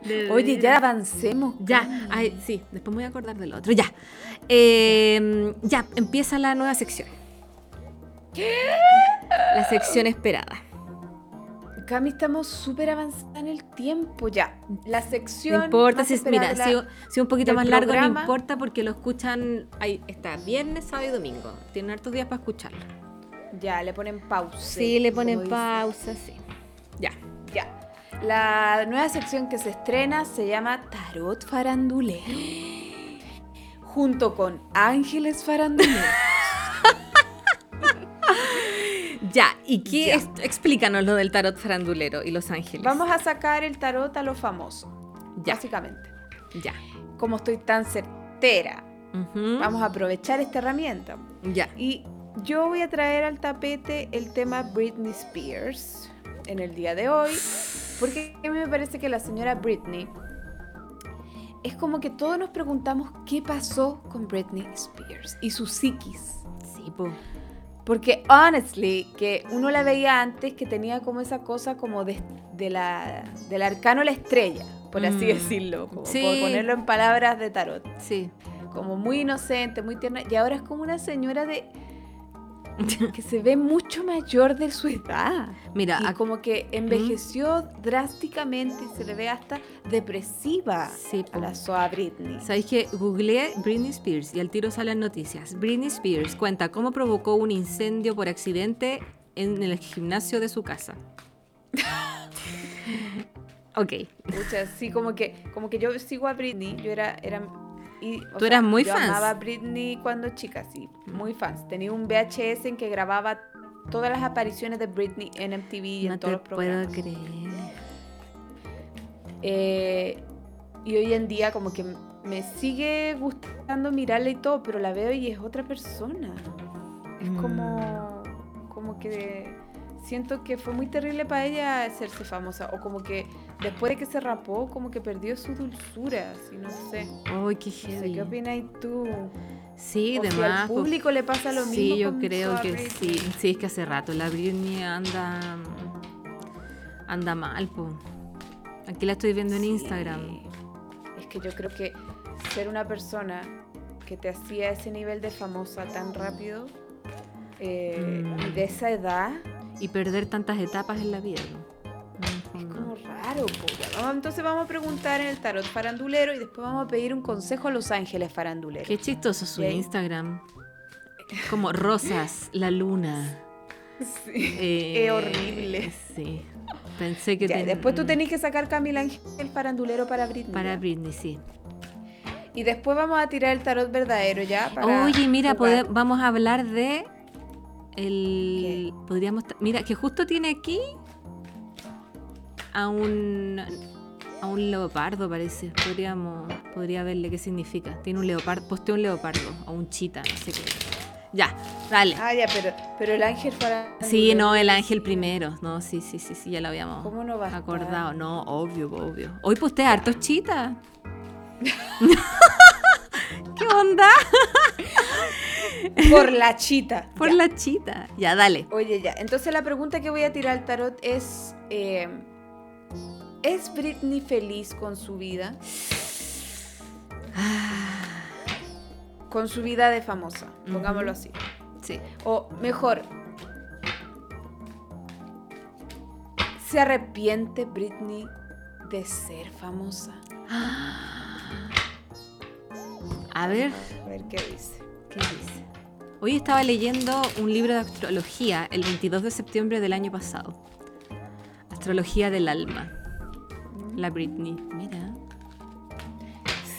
A: De
B: Oye, ya
A: veras.
B: avancemos.
A: Ya,
B: Cami.
A: ay, sí, después me voy a acordar del otro. Ya. Eh, ya, empieza la nueva sección. La sección esperada.
B: Cami, estamos súper avanzada en el tiempo ya. La sección.
A: No importa,
B: más
A: si es, mira,
B: esperada
A: si,
B: de la-
A: si es un poquito
B: del
A: más largo no
B: programa.
A: importa porque lo escuchan, ahí está, viernes, sábado y domingo. Tienen hartos días para escucharlo.
B: Ya, le ponen pausa.
A: Sí, le ponen
B: pausa.
A: pausa, sí. Ya.
B: Ya. La nueva sección que se estrena se llama Tarot Farandulero. Junto con Ángeles
A: (laughs)
B: Faranduleros.
A: Ya, ¿y qué
B: Ya.
A: es? Explícanos lo del tarot farandulero y Los Ángeles.
B: Vamos a sacar el tarot a los famosos,
A: Ya,
B: básicamente.
A: ya.
B: Como estoy tan certera,
A: Ujú.
B: vamos a aprovechar esta herramienta.
A: Ya.
B: Y yo voy a traer al tapete el tema Britney Spears en el día de hoy, porque a mí me parece que la señora Britney es como que todos nos preguntamos qué pasó con Britney Spears y su psiquis.
A: Sí, po.
B: Porque honestly, que uno la veía antes que tenía como esa cosa como de, de la, del arcano a la estrella, por así
A: Mm.
B: decirlo, como
A: Sí.
B: por ponerlo en palabras de tarot
A: Sí. (laughs)
B: como muy inocente, muy tierna, y ahora es como una señora de que se ve mucho mayor de su edad.
A: Mira,
B: Y
A: ac-
B: como que envejeció drásticamente y se le ve hasta depresiva
A: Sí,
B: a
A: po.
B: la Soa Britney.
A: ¿Sabéis que googleé Britney Spears y al tiro salen noticias? Britney Spears cuenta cómo provocó un incendio por accidente en el gimnasio de su casa. (laughs) ok.
B: Pucha, sí, como que, como que yo sigo a Britney, yo era... era y, o
A: Tú eras muy
B: yo
A: fans.
B: amaba a Britney cuando chica, sí, muy fans. Tenía un VHS en que grababa todas las apariciones de Britney en MTV y
A: no
B: en
A: te
B: todos los
A: puedo
B: programas.
A: creer.
B: Eh, y hoy en día como que me sigue gustando mirarla y todo, pero la veo y es otra persona.
A: Mm.
B: Es como, como que siento que fue muy terrible para ella hacerse famosa. O como que después de que se rapó, como que perdió su dulzura. Si no sé.
A: Mm. Ay, qué
B: No sé,
A: heavy.
B: ¿Qué opinas tú?
A: Sí,
B: O
A: de
B: si
A: más.
B: al
A: po.
B: público le pasa lo mismo.
A: Sí, yo
B: con
A: creo
B: Sara
A: que
B: Britney.
A: sí. Sí, es que hace rato la Britney anda. mm, anda mal, po. Aquí la estoy viendo en
B: Sí.
A: Instagram.
B: Es que yo creo que ser una persona que te hacía ese nivel de famosa tan rápido eh,
A: Mm.
B: y de esa edad
A: Y perder tantas etapas en la vida, ¿no? No,
B: es
A: no.
B: como raro. po, ya. Vamos- Entonces vamos a preguntar en el tarot farandulero y después vamos a pedir un consejo a los ángeles faranduleros.
A: Qué chistoso su
B: Y ahí-
A: Instagram. Como rosas, la luna.
B: (laughs) Sí.
A: eh,
B: Es horrible.
A: Sí. Pensé que
B: Ya, y
A: ten- mm,
B: Después tú tenés que sacar Camila Ángel farandulero para Britney.
A: Para
B: ya.
A: Britney, sí.
B: Y después vamos a tirar el tarot verdadero ya. Para
A: Oye, mira,
B: jugar.
A: pode- vamos a hablar de el podríamos ta- mira que justo tiene aquí a un a un leopardo parece podríamos podría verle qué significa tiene un leopardo posteó un leopardo o un chita no sé qué ya dale
B: Ah, ya, pero, pero el ángel farandulero.
A: sí no el ángel primero no sí sí sí sí ya lo habíamos
B: ¿Cómo no va a estar?
A: acordado no obvio obvio hoy postea hartos chitas
B: (laughs)
A: qué onda
B: Por la chita.
A: Por
B: ya.
A: la chita. Ya, dale.
B: Oye, ya. Entonces la pregunta que voy a tirar al tarot es... eh, ¿Es Britney feliz con su vida? Ah, Con su vida de famosa, pongámoslo así.
A: Sí.
B: O mejor... ¿Se arrepiente Britney de ser famosa?
A: A ver,
B: A ver qué dice.
A: ¿qué dice? Hoy estaba leyendo un libro de astrología el 22 de septiembre del año pasado. Astrología del alma. La Britney. Mira.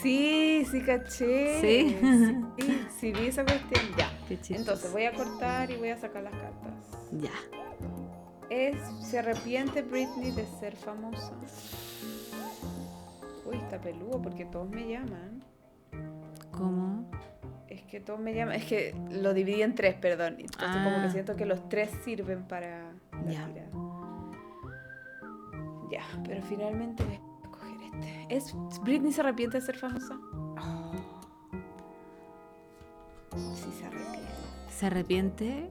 B: Sí, sí caché.
A: Sí.
B: Sí, sí, vi esa cuestión. Ya.
A: Qué chistoso.
B: Entonces voy a cortar y voy a sacar las cartas.
A: Ya.
B: es se arrepiente Britney de ser famosa. Uy, está peludo porque todos me llaman.
A: ¿Cómo?
B: Es que todos me llaman, es que lo dividí en tres, perdón. Entonces como
A: Ah.
B: que siento que los tres sirven para la
A: Ya.
B: tirada. Ya, pero finalmente voy a escoger este. ¿Es Britney se arrepiente de ser famosa? Oh. Sí
A: (gasps)
B: se arrepiente.
A: ¿Se arrepiente?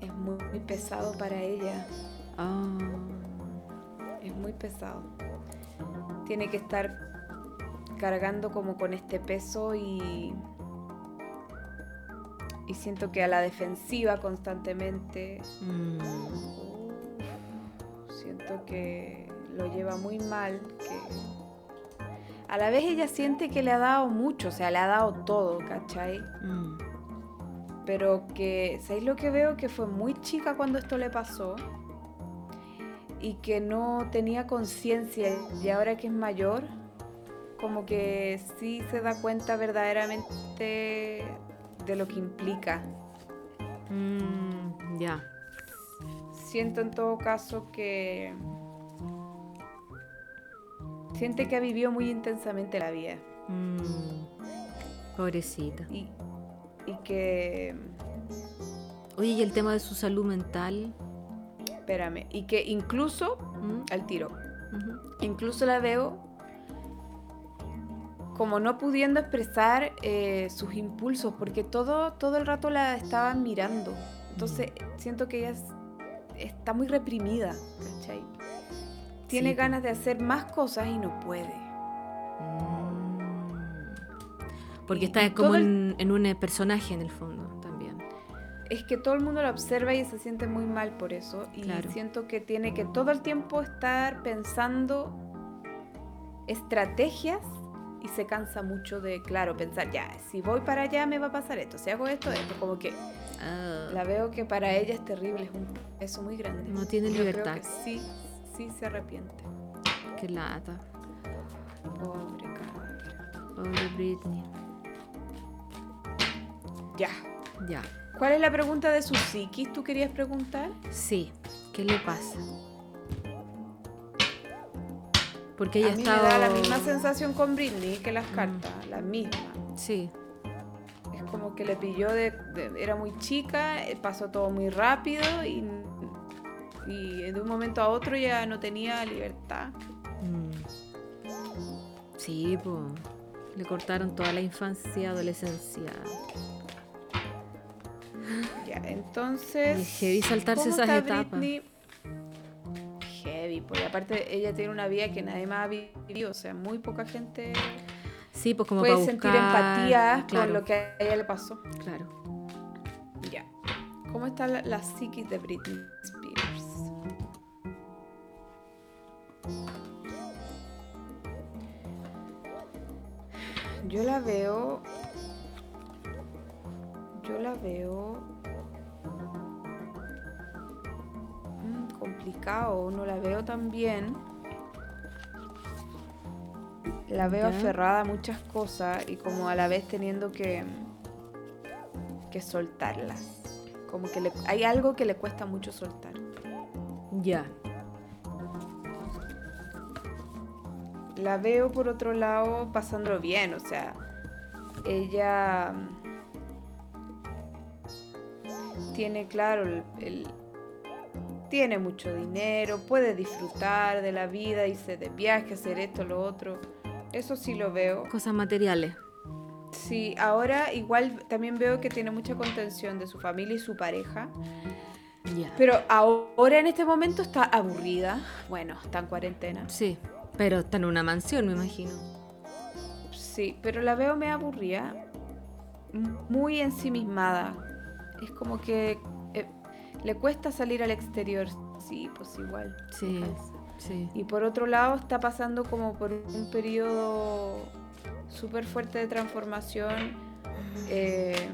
B: Es muy- muy pesado para ella.
A: Oh.
B: Es muy pesado. Tiene que estar cargando como con este peso y. Y siento que a la defensiva constantemente.
A: Mm.
B: Uf. esto, oh, que lo lleva muy mal, que a la vez ella siente que le ha dado mucho, o sea, le ha dado todo, ¿cachai?
A: Mm.
B: Pero que, ¿sabéis lo que veo? Que fue muy chica cuando esto le pasó y que no tenía conciencia y ahora que es mayor, como que sí se da cuenta verdaderamente de lo que implica.
A: Mm, ya.
B: Siento en todo caso que... Siente que ha vivido muy intensamente la vida.
A: Mm. Pobrecita.
B: y, y que,
A: Oye, y el tema de su salud mental.
B: espérame, y que incluso,
A: Mm,
B: al tiro,
A: ujú.
B: incluso la veo como no pudiendo expresar eh, sus impulsos, porque todo, todo el rato la estaban mirando. Entonces siento que ella es- está muy reprimida, ¿cachai? Tiene
A: Sí, po.
B: ganas de hacer más cosas y no puede.
A: Mm. Porque
B: Y-
A: está
B: y
A: como
B: todo el-
A: en, en un eh, personaje en el fondo también.
B: Es que todo el mundo la observa y se siente muy mal por eso. Y
A: Claro.
B: siento que tiene que todo el tiempo estar pensando estrategias y se cansa mucho de, claro, pensar, ya, si voy para allá me va a pasar esto, si hago esto, esto. Como que
A: Ah,
B: la veo que para ella es terrible, es un peso muy grande.
A: No tiene
B: Yo creo
A: libertad.
B: que sí, sí se arrepiente.
A: Qué lata.
B: Pobre cabra.
A: Pobre Britney.
B: Ya.
A: Ya.
B: ¿Cuál es la pregunta de su psiquis? ¿Tú querías preguntar?
A: Sí. ¿Qué le pasa? Porque
B: A
A: ella
B: mí
A: estaba.
B: me da la misma sensación con Britney que las cartas, la misma.
A: Sí.
B: Es como que le pilló de, de- era muy chica, eh, pasó todo muy rápido y, y de un momento a otro ya no tenía libertad.
A: Mm. Sí, po. Le cortaron toda la infancia, adolescencia.
B: Ya, entonces.
A: Y es heavy saltarse
B: ¿cómo
A: esas
B: está
A: etapas.
B: Britney? Heavy, porque aparte ella tiene una vida que nadie más ha vivido, o sea, muy poca gente
A: Sí, pues como
B: puede
A: para
B: sentir
A: buscar,
B: empatía
A: claro,
B: con lo que a ella le pasó.
A: Claro.
B: Ya. ¿Cómo está la, la psiquis de Britney Spears? Yo la veo. Yo la veo. mm, complicado, no la veo tan bien. La veo
A: Ya.
B: aferrada a muchas cosas y como a la vez teniendo que que soltarlas. Como que le- hay algo que le cuesta mucho soltar.
A: Ya.
B: La veo por otro lado pasándolo bien, o sea, ella mm, tiene claro el, el- tiene mucho dinero, puede disfrutar de la vida, irse de viaje, hacer esto, lo otro. Eso sí lo veo.
A: Cosas materiales.
B: Sí, ahora igual también veo que tiene mucha contención de su familia y su pareja.
A: Ya.
B: Pero ahora en este momento está aburrida. Bueno, está en cuarentena.
A: Sí. Pero está en una mansión, me imagino.
B: Sí, pero la veo me aburrida. m- Muy ensimismada. Es como que eh, le cuesta salir al exterior. Sí, pues igual. me
A: Sí.
B: cansa.
A: Sí.
B: Y por otro lado está pasando como por un periodo súper fuerte de transformación. eh,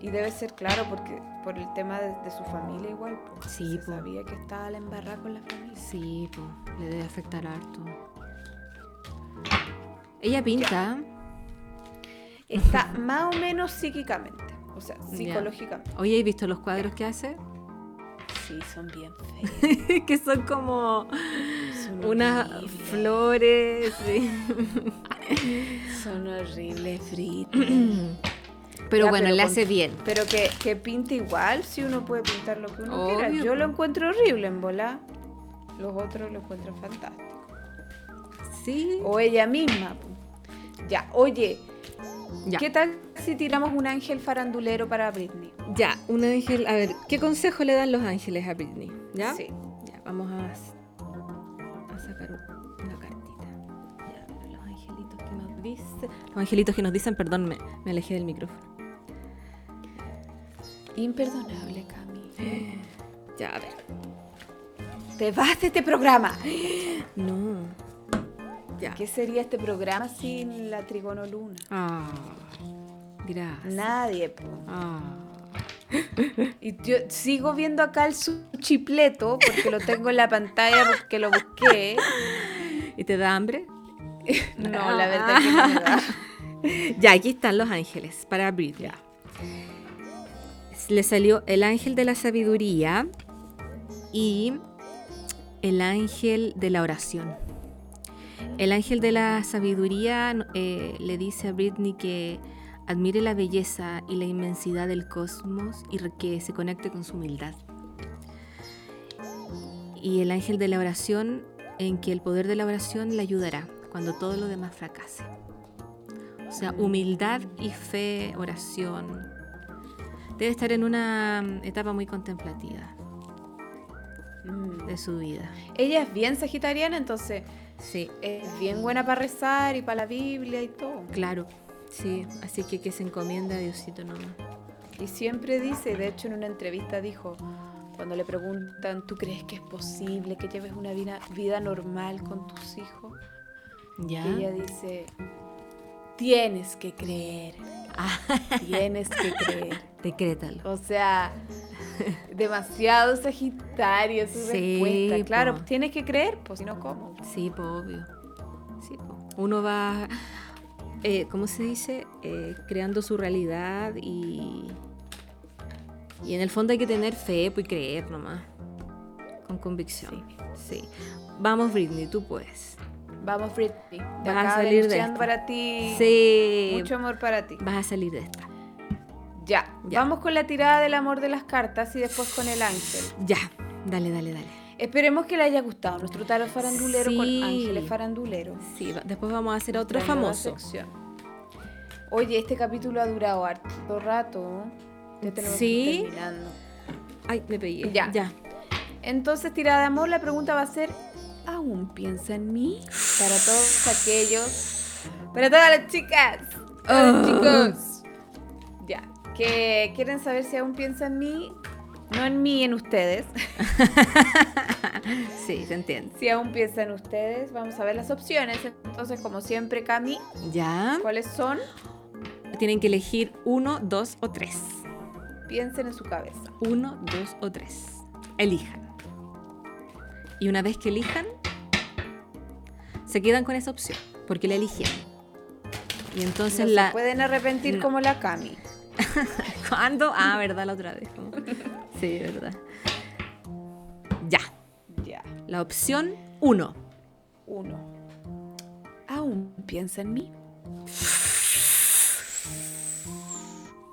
B: y debe ser claro porque por el tema de, de su familia igual. pues,
A: Sí,
B: se
A: po.
B: sabía que estaba la embarrada con
A: (laughs)
B: la familia.
A: Sí, pues. Le debe afectar harto. Ella pinta.
B: Está más o menos psíquicamente. O sea, psicológicamente.
A: Oye, ¿has visto los cuadros que hace? (laughs)
B: Sí, son bien feos.
A: que son como
B: Son
A: unas
B: horribles,
A: flores. sí.
B: (laughs) Son horribles, Frit.
A: (clears throat) Pero
B: Ya,
A: bueno,
B: pero
A: le
B: con-
A: hace
B: (laughs)
A: bien.
B: Pero que, que pinte igual, si uno puede pintar lo que uno quiera.
A: Obvio,
B: Yo lo
A: po.
B: encuentro horrible en bola. Los otros lo encuentran fantástico.
A: Sí.
B: O ella misma. po. Ya, oye,
A: Ya.
B: ¿qué tal si tiramos un ángel farandulero para Britney?
A: Ya, un ángel. A ver, ¿qué consejo le dan los ángeles a Britney? ¿Ya?
B: Sí.
A: Ya, vamos a, s- a sacar u- una cartita. Ya, a ver, los angelitos que nos dicen. Los angelitos que nos dicen, perdón, me, me alejé del
B: (gasps)
A: micrófono.
B: Imperdonable, Cami.
A: Ya, a ver.
B: Te vas de este programa.
A: No. Ya.
B: ¿Qué sería este programa sin la trigonoluna?
A: Ah, gracias.
B: Nadie, po.
A: Ah.
B: Y yo sigo viendo acá el chipleto porque lo tengo en la pantalla porque lo busqué.
A: ¿Y te da hambre?
B: No, la verdad que no me da.
A: (laughs) Ya, aquí están los ángeles para Britney. Le salió el ángel de la sabiduría y el ángel de la oración. El ángel de la sabiduría eh, le dice a Britney que admire la belleza y la inmensidad del cosmos y re- que se conecte con su humildad. Y el ángel de la oración en que el poder de la oración le ayudará cuando todo lo demás fracase. O sea, humildad y fe, oración. Debe estar en una mm, etapa muy contemplativa
B: Mm.
A: de su vida.
B: Ella es bien sagitariana, entonces
A: Sí,
B: es bien buena para rezar y para la Biblia y todo.
A: claro. Sí, así que que se encomienda a Diosito nomás.
B: Y siempre dice, de hecho en una entrevista dijo, cuando le preguntan, ¿tú crees que es posible que lleves una vida, vida normal con tus hijos?
A: ¿Ya?
B: Ella dice, tienes que creer, tienes que creer.
A: Ah, (laughs) Decrétalo.
B: O sea, (laughs) demasiado Sagitario su
A: Sí,
B: respuesta. Claro,
A: po.
B: tienes que creer, pues si no, ¿cómo?
A: Sí, pues obvio. Sí, po. Uno va, eh, ¿cómo se dice? Eh, creando su realidad y... Y en el fondo hay que tener fe pues, y creer nomás. Con convicción. Sí. Vamos, Britney, tú puedes.
B: Vamos, Britney. Te
A: Vas a
B: acaba
A: salir de
B: denunciando
A: esta.
B: para ti.
A: Sí.
B: Mucho amor para ti.
A: Vas a salir de esta.
B: Ya.
A: Ya.
B: Vamos con la tirada del amor de las cartas y después con el ángel.
A: Ya. Dale, dale, dale.
B: Esperemos que le haya gustado nuestro tarot farandulero con
A: Sí.
B: Ángeles Farandulero.
A: Sí, va- después vamos a hacer otro
B: Nuestra nueva
A: famoso.
B: sección. Oye, este capítulo ha durado harto rato. Ya tenemos que
A: Sí.
B: ir terminando.
A: Ay, me pegué.
B: Ya.
A: Ya.
B: Entonces, tirada de amor, la pregunta va a ser, ¿aún piensa en mí? Para todos aquellos, para todas las chicas, todos los chicos, ya, que quieren saber si aún piensa en mí, no en mí, en ustedes, (laughs)
A: Sí, te entiendo.
B: si aún piensa en ustedes, vamos a ver las opciones. Entonces, como siempre, Cami,
A: Ya.
B: ¿cuáles son?
A: Tienen que elegir uno, dos o tres.
B: Piensen en su cabeza.
A: Uno, dos o tres. Elijan. Y una vez que elijan, se quedan con esa opción, porque la eligieron. Y entonces
B: No
A: la...
B: se pueden arrepentir
A: No.
B: como la Cami.
A: (laughs) ¿Cuándo? Ah, verdad, la otra (laughs) vez. como- Sí, verdad. Ya.
B: Ya,
A: La opción uno.
B: uno. ¿Aún piensa en mí?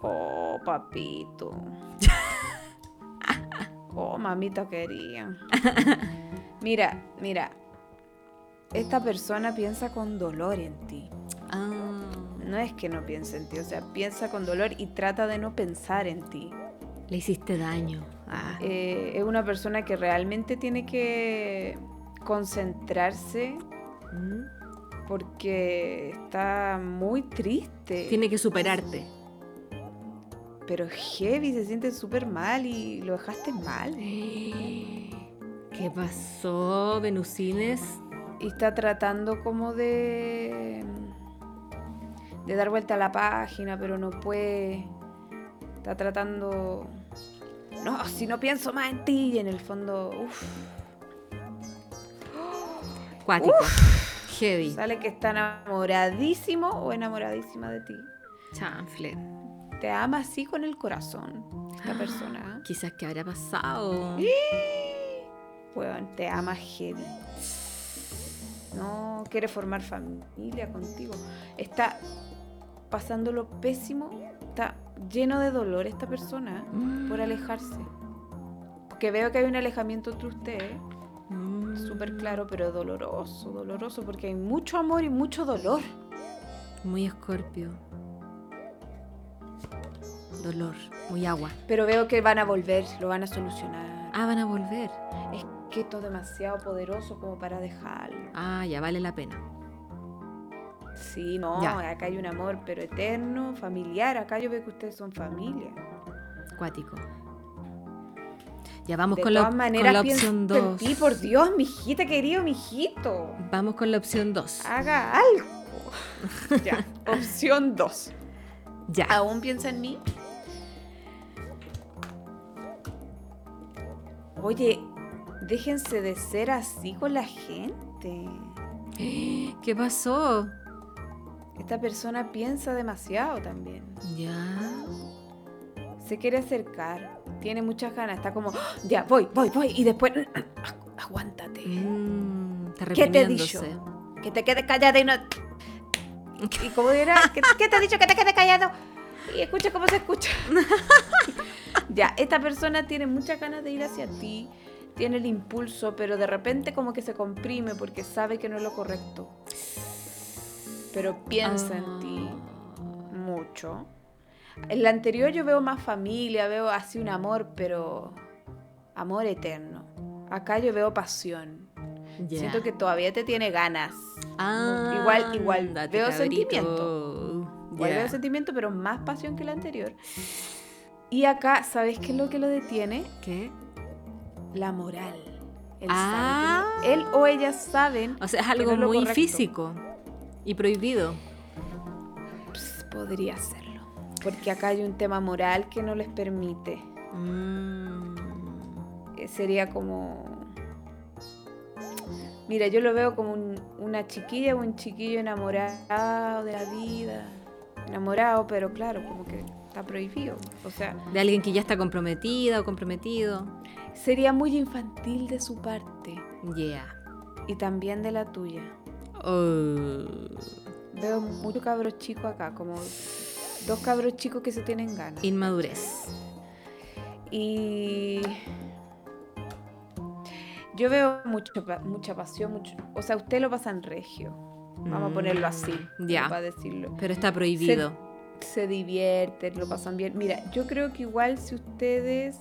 B: Oh, papito. Oh, mamita querida. Mira, mira. Esta persona piensa con dolor en ti.
A: Ah,
B: No es que no piense en ti, o sea, piensa con dolor y trata de no pensar en ti.
A: le hiciste daño. Ah,
B: Eh, es una persona que realmente tiene que concentrarse
A: mm.
B: porque está muy triste.
A: Tiene que superarte.
B: Pero heavy, se siente súper mal y lo dejaste mal.
A: ¿Qué pasó, Venusines?
B: Y está tratando como de. de dar vuelta a la página, pero no puede. Está tratando. No, si no pienso más en ti. Y en el fondo, uff,
A: Cuático. Heavy.
B: sale que está enamoradísimo o enamoradísima de ti.
A: Chanfle.
B: Te ama así con el corazón,
A: Ah.
B: esta persona.
A: Quizás que habrá pasado.
B: Weón, te ama heavy. No quiere formar familia contigo. Está pasando lo pésimo. Está lleno de dolor esta persona
A: Mm.
B: por alejarse. Porque veo que hay un alejamiento entre ustedes,
A: Mm.
B: súper claro, pero doloroso, doloroso, porque hay mucho amor y mucho dolor.
A: Muy escorpio. Dolor. Muy agua.
B: Pero veo que van a volver, lo van a solucionar.
A: Ah, van a volver.
B: Es que esto es demasiado poderoso como para dejarlo.
A: Ah, ya vale la pena.
B: Sí, no,
A: Ya.
B: acá hay un amor, pero eterno, familiar. Acá yo veo que ustedes son familia.
A: Cuático. Ya vamos
B: De
A: con la,
B: todas
A: op-
B: maneras,
A: con la
B: pienso
A: opción
B: en
A: 2.
B: ti, por Dios, mijita querido, mijito.
A: Vamos con la opción 2.
B: Haga algo.
A: (laughs)
B: ya, opción 2.
A: Ya.
B: ¿Aún piensa en mí? Oye, déjense de ser así con la gente.
A: ¿Qué pasó?
B: Esta persona piensa demasiado también.
A: Ya.
B: Se quiere acercar, tiene muchas ganas, está como, "Ah, ya, voy, voy, voy. Y después, (clears throat) agu- aguántate.
A: Mm, está
B: ¿Qué te he dicho?
A: reponiéndose.
B: Que te quedes callada y no. ¿Y cómo era? ¿Qué, qué te ha dicho que te quedes callado? Y escucha cómo se escucha. ya, esta persona tiene muchas ganas de ir hacia ti, tiene el impulso, pero de repente como que se comprime porque sabe que no es lo correcto. Pero piensa en ti
A: Ah.
B: mucho. En la anterior yo veo más familia, veo así un amor, pero amor eterno. Acá yo veo pasión.
A: Ya.
B: Siento que todavía te tiene ganas.
A: Ah,
B: igual- igual
A: ándate,
B: veo
A: cabrito.
B: sentimiento. Igual
A: Ya.
B: veo sentimiento, pero más pasión que la anterior. Y acá, ¿sabes qué es lo que lo detiene?
A: ¿Qué?
B: La moral. Él, sabe que
A: Ah.
B: no- él o ella saben,
A: O sea, es
B: que no
A: algo
B: es lo
A: muy
B: correcto.
A: físico y prohibido.
B: Ps, podría hacerlo. Porque acá hay un tema moral que no les permite.
A: Mm.
B: Eh, Sería como... Mira, yo lo veo como un- una chiquilla o un chiquillo enamorado de la vida. Enamorado, pero claro, como que está prohibido. O sea,
A: De alguien que ya está comprometida o comprometido.
B: sería muy infantil de su parte.
A: Yeah.
B: y también de la tuya.
A: Oh.
B: Veo mucho cabro chico acá, como dos cabros chicos que se tienen ganas. Y,
A: Inmadurez.
B: yo veo mucho, pa- mucha pasión, mucho, o sea, usted lo pasa en regio, vamos a ponerlo así,
A: Mm,
B: como
A: ya.
B: para decirlo.
A: Pero está prohibido.
B: Se divierten, lo pasan bien. Mira, yo creo que igual si ustedes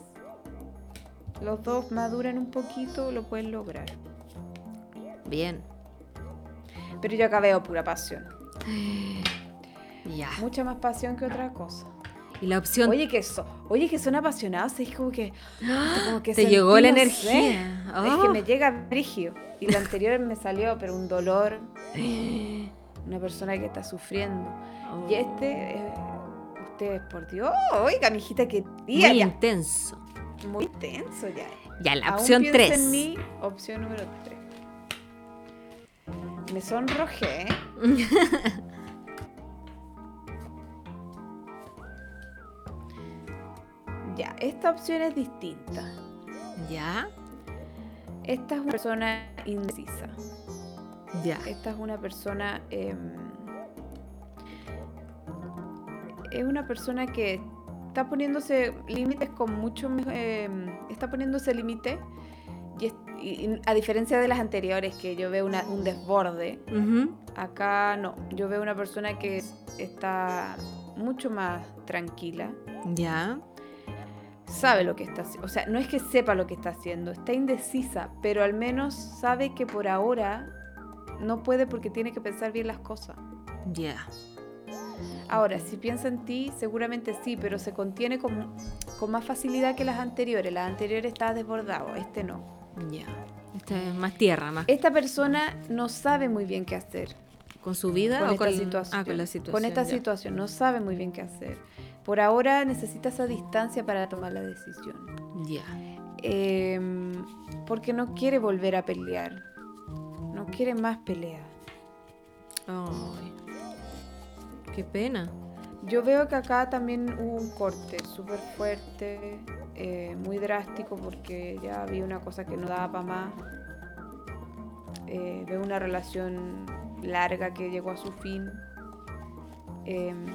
B: los dos maduran un poquito, lo pueden lograr. (gasps)
A: Bien.
B: Pero yo acá veo pura pasión,
A: Ya.
B: mucha más pasión que otra cosa.
A: Y la opción
B: Oye, que, so- oye, que son apasionados, es como que. como que
A: Te llegó la
B: no
A: energía.
B: sé, Es
A: Oh.
B: que me llega brígido. Y la anterior me salió, pero un dolor. (gasps) Una persona que está sufriendo.
A: Oh.
B: Y este, eh, ustedes, por Dios, oiga, mi hijita querida,
A: muy
B: ya.
A: intenso.
B: Muy tenso ya.
A: Ya, la
B: Aún
A: opción
B: piensa
A: 3.
B: en mí, opción número 3. Me
A: (laughs)
B: sonrojé, ¿eh? Ya, esta opción es distinta.
A: Ya,
B: Esta es una persona indecisa.
A: ya.
B: Esta es una persona. eh, es una persona que está poniéndose límites con mucho. me- eh, está poniéndose límite. Y, es- y- y a diferencia de las anteriores, que yo veo una- un desborde,
A: Ujú.
B: acá no. Yo veo una persona que es- está mucho más tranquila.
A: Ya.
B: Sabe lo que está haciendo. O sea, no es que sepa lo que está haciendo. Está indecisa, pero al menos sabe que por ahora no puede porque tiene que pensar bien las cosas.
A: Ya.
B: Ahora, si piensa en ti, seguramente sí, pero se contiene con, con más facilidad que las anteriores. Las anteriores está desbordado, este no.
A: Ya. Esta es más tierra, más.
B: Esta persona no sabe muy bien qué hacer
A: ¿Con su vida
B: con
A: o
B: esta
A: con
B: situación.
A: Ah, con la situación.
B: esta
A: ya.
B: situación, no sabe muy bien qué hacer. Por ahora necesita esa distancia para tomar la decisión.
A: Ya.
B: Em, porque no quiere volver a pelear. No quiere más pelea.
A: Ay. Qué pena.
B: Yo veo que acá también hubo un corte súper fuerte, eh, muy drástico, porque ya había una cosa que no daba para más. Eh, veo una relación larga que llegó a su fin. Em,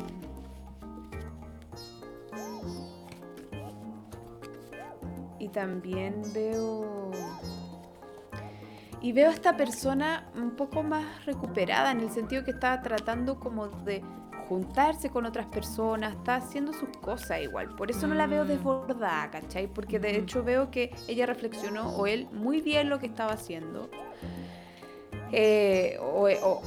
B: y también veo. Y veo a esta persona un poco más recuperada, en el sentido que está tratando como de juntarse con otras personas, está haciendo sus cosas igual. Por eso no la veo
A: Mm.
B: desbordada, ¿cachai? Porque de
A: Ujú.
B: hecho veo que ella reflexionó, o él, muy bien lo que estaba haciendo. Eh, o, o-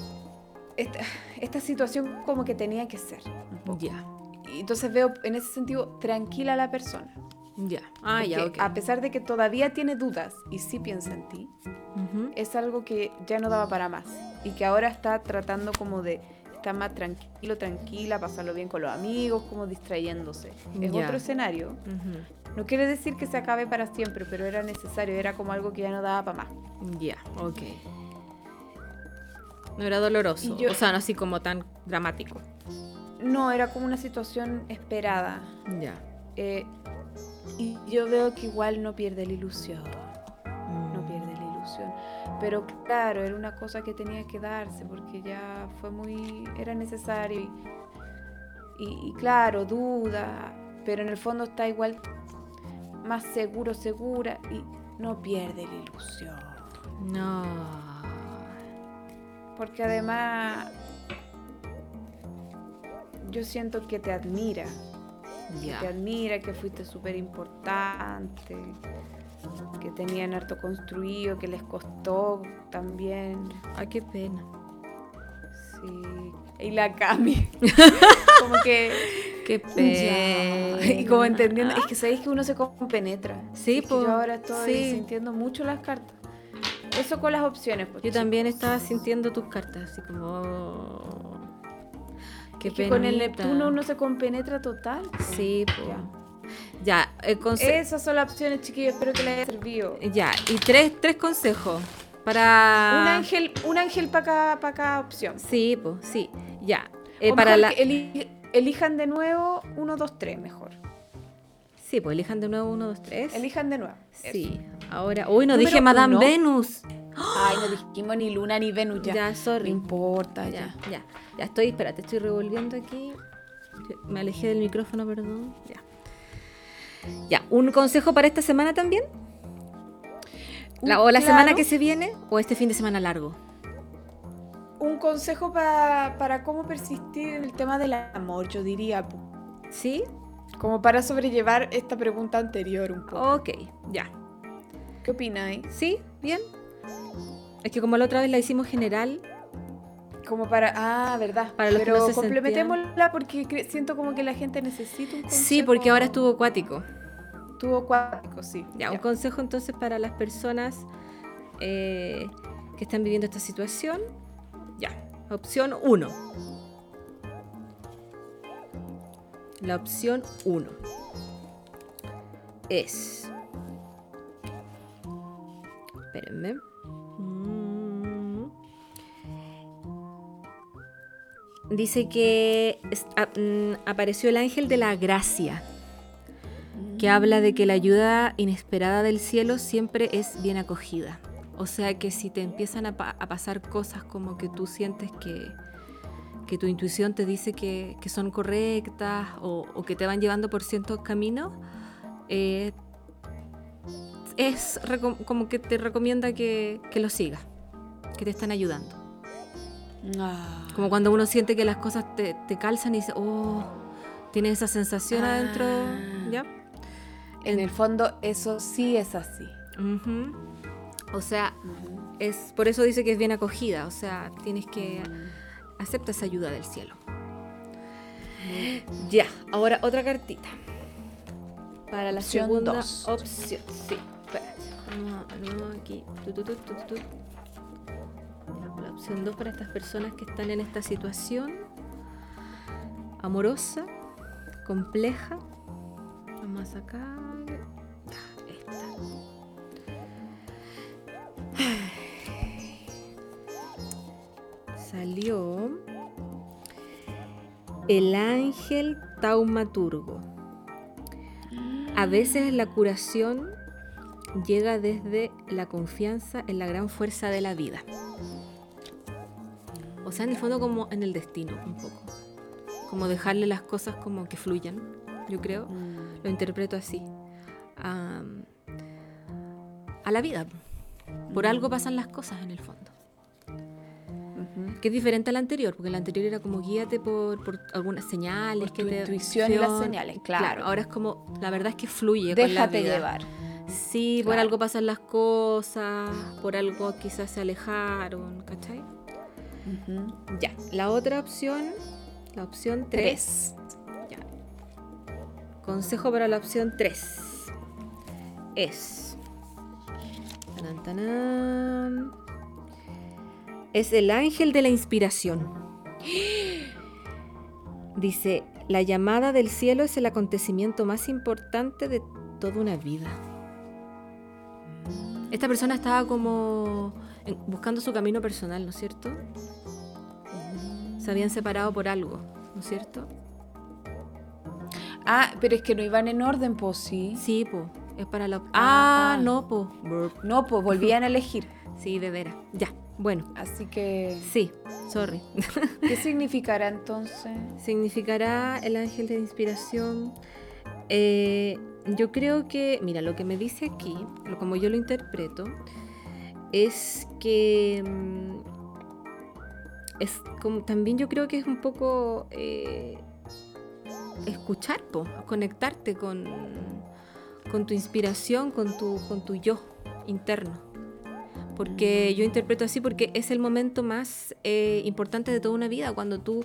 B: esta, esta situación como que tenía que ser. un poco.
A: Ya.
B: Y entonces veo en ese sentido tranquila a la persona.
A: Ya. Ah, ya, ok.
B: Porque A pesar de que todavía tiene dudas y sí piensa en ti,
A: Ujú.
B: es algo que ya no daba para más y que ahora está tratando como de estar más tranquilo, tranquila, pasarlo bien con los amigos, como distrayéndose. Es
A: Ya.
B: otro escenario.
A: Ujú.
B: No quiere decir que se acabe para siempre, pero era necesario, era como algo que ya no daba para más.
A: Ya, ok. No era doloroso.
B: Y yo-
A: O sea, no así como tan dramático.
B: No, era como una situación esperada.
A: Ya.
B: Eh, y yo veo que igual no pierde la ilusión.
A: Mm.
B: No pierde la ilusión. Pero claro, era una cosa que tenía que darse porque ya fue muy. era necesario. Y, y- y claro, duda. Pero en el fondo está igual más seguro, segura. Y no pierde la ilusión.
A: No.
B: Porque además. Yo siento que te admira.
A: Ya.
B: te admira, que fuiste súper importante, que tenían harto construido, que les costó también.
A: Ay, qué pena.
B: Sí. Y
A: (laughs)
B: la Cami. como que.
A: Qué
B: ya.
A: pena.
B: Y como entendiendo. Es que sabéis que uno se compenetra.
A: Sí,
B: Es que
A: po,
B: Yo ahora estoy
A: sí.
B: sintiendo mucho las cartas. Eso con las opciones.
A: (laughs)
B: pues,
A: Yo
B: chicos.
A: también estaba sintiendo tus cartas, así como. oh, Qué
B: Es que con el
A: penita.
B: Neptuno uno se compenetra total. po.
A: Sí, po.
B: Ya.
A: Ya, el conse-
B: Esas son las opciones, chiquillos. Espero que les haya servido.
A: ya, y tres, tres consejos para.
B: Un ángel, un ángel para cada, pa' cada opción.
A: Ah. Sí, po, sí. Ya.
B: O
A: Eh, para
B: mejor
A: la...
B: que eli- elijan de nuevo 1, 2, 3 mejor.
A: Sí, pues elijan de nuevo uno, dos, tres.
B: Elijan de nuevo.
A: Sí. Ahora. Uy, no
B: Número
A: dije Madame
B: uno.
A: Venus. (gasps)
B: Ay, no dijimos ni Luna ni Venus
A: Ya,
B: ya. No
A: sorry.
B: importa,
A: Ya,
B: ya.
A: Ah, ya, ya estoy, espérate, estoy revolviendo aquí. Me alejé del micrófono, perdón. Ya. Ya, ¿un consejo para esta semana también? La- o la
B: Claro.
A: semana que se viene, Uh, o este fin de semana largo.
B: Un consejo pa- para cómo persistir en el tema del amor, yo diría. po.
A: ¿Sí?
B: Como para sobrellevar esta pregunta anterior un poco.
A: Ok, ya.
B: ¿Qué opináis?
A: ¿Sí? ¿Bien? Es que como la otra vez la hicimos general,
B: Como para. Ah, verdad.
A: Para los que
B: Pero
A: no se
B: complementémosla porque cre- siento como que la gente necesita un consejo.
A: sí, porque ahora estuvo acuático.
B: Tuvo acuático, sí.
A: Ya, un
B: ya.
A: consejo entonces para las personas eh, que están viviendo esta situación. Ya, opción 1. La opción 1 es... Espérenme. Mm. Dice que es- a- mm, apareció el ángel de la gracia que habla de que la ayuda inesperada del cielo siempre es bien acogida. O sea que si te empiezan a, pa- a pasar cosas como que tú sientes que, que tu intuición te dice que, que son correctas o, o que te van llevando por ciertos caminos, eh, es reco- como que te recomienda que, que lo sigas, que te están ayudando.
B: Ah.
A: Como cuando uno siente que las cosas te, te calzan y dice, oh, tienes esa sensación adentro,
B: Ah.
A: ¿ya?
B: En el fondo, eso sí es así.
A: Ujú. O sea, es por eso dice que es bien acogida, o sea, tienes que acepta esa ayuda del cielo. Ya, ahora otra cartita. Para la
B: Opción
A: segunda
B: dos.
A: opción. Sí, espérate. No, no, aquí. Tu, tu, tu, tu, tu, tu. Ya, La opción 2 para estas personas que están en esta situación amorosa, compleja. Vamos a sacar. Ya, Esta. Salió el ángel taumaturgo. A veces la curación llega desde la confianza en la gran fuerza de la vida. O sea, en el fondo como en el destino un poco. Como dejarle las cosas como que fluyan, yo creo. Lo interpreto así. Am, a la vida. Por algo pasan las cosas en el fondo.
B: Ujú.
A: Que es diferente al anterior, porque el anterior era como guíate por, por algunas señales.
B: Por
A: que
B: tu
A: te-
B: intuición y las señales, claro.
A: Ahora es como, la verdad es que fluye. con la
B: Déjate
A: vida.
B: llevar.
A: Sí, por
B: Claro.
A: algo pasan las cosas, por algo quizás se alejaron, ¿cachai? Ya, la otra opción, la opción 3.
B: Tres.
A: Consejo para la opción 3. es. Tanan, tanan. Es el ángel de la inspiración. Dice, la llamada del cielo es el acontecimiento más importante de toda una vida. Esta persona estaba como en- buscando su camino personal, ¿no es cierto? Se habían separado por algo, ¿no es cierto?
B: Ah, pero es que no iban en orden, pues sí.
A: Sí, po, es para la octava.
B: Ah,
A: Ah, no, po.
B: No, pues volvían a elegir.
A: Sí, de veras. Ya, bueno.
B: Así que,
A: Sí, sorry. (laughs)
B: ¿qué significará entonces?
A: significará el ángel de inspiración. Eh, yo creo que, mira, lo que me dice aquí, lo- como yo lo interpreto, es que mm, es como, también yo creo que es un poco eh, escuchar, po, conectarte con, con tu inspiración, con tu, con tu yo interno. Porque yo interpreto así porque es el momento más eh, importante de toda una vida, cuando tú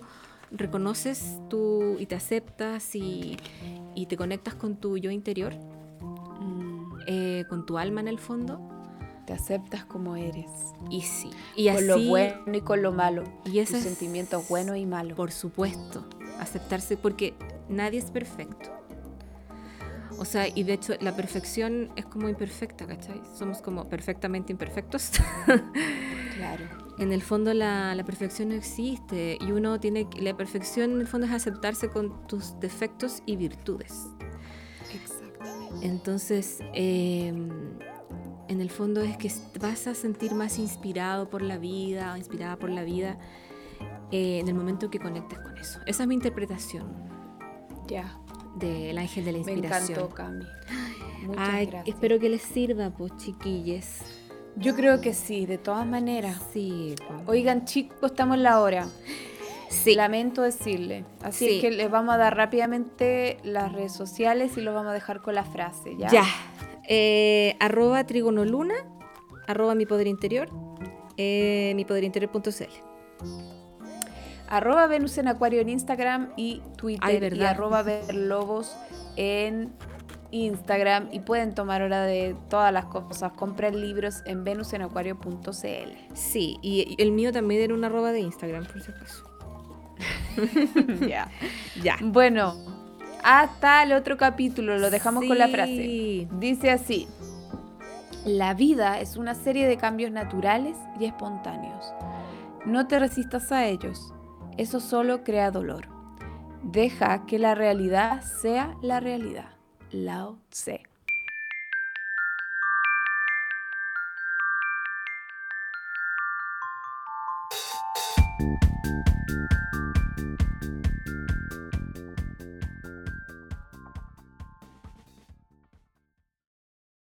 A: reconoces tú y te aceptas y, y te conectas con tu yo interior,
B: Mm,
A: eh, con tu alma en el fondo.
B: Te aceptas como eres.
A: Y sí, y así,
B: con lo bueno y con lo malo.
A: y ese
B: Tus
A: es-
B: sentimientos buenos y malos.
A: Por supuesto, aceptarse porque nadie es perfecto. O sea, y de hecho la perfección es como imperfecta, ¿cachai? Somos como perfectamente imperfectos. (laughs)
B: Claro.
A: en el fondo la, la perfección no existe y uno tiene que- la perfección en el fondo es aceptarse con tus defectos y virtudes.
B: Exactamente.
A: Entonces, eh, en el fondo es que vas a sentir más inspirado por la vida, o inspirada por la vida, eh, en el momento que conectes con eso. Esa es mi interpretación
B: Ya.
A: del ángel de la
B: Me
A: inspiración.
B: encantó, Cami. Muchas
A: Ay,
B: gracias.
A: espero que les sirva, pues, chiquilles.
B: Yo creo que sí, de todas maneras.
A: Sí, po.
B: Oigan, chicos, estamos en la hora.
A: sí.
B: Lamento decirle. Así
A: Sí.
B: es que les vamos a dar rápidamente las redes sociales y los vamos a dejar con la frase, ¿ya?
A: ya. Eh, arroba trigonoluna, arroba mi poder interior, eh, mi poder
B: Arroba Venus en Acuario en Instagram y Twitter.
A: Ay, ¿verdad?
B: Y arroba Verlobos en Instagram. Y pueden tomar hora de todas las cosas. Compren libros en (laughs) venusenacuario.cl.
A: Sí, y y el mío también era una arroba de Instagram, por si acaso.
B: ya.
A: Ya.
B: Bueno, hasta el otro capítulo. Lo dejamos con la frase.
A: Sí.
B: Dice así, la vida es una serie de cambios naturales y espontáneos. No te resistas a ellos, eso solo crea dolor. Deja que la realidad sea la realidad. Lao Tse.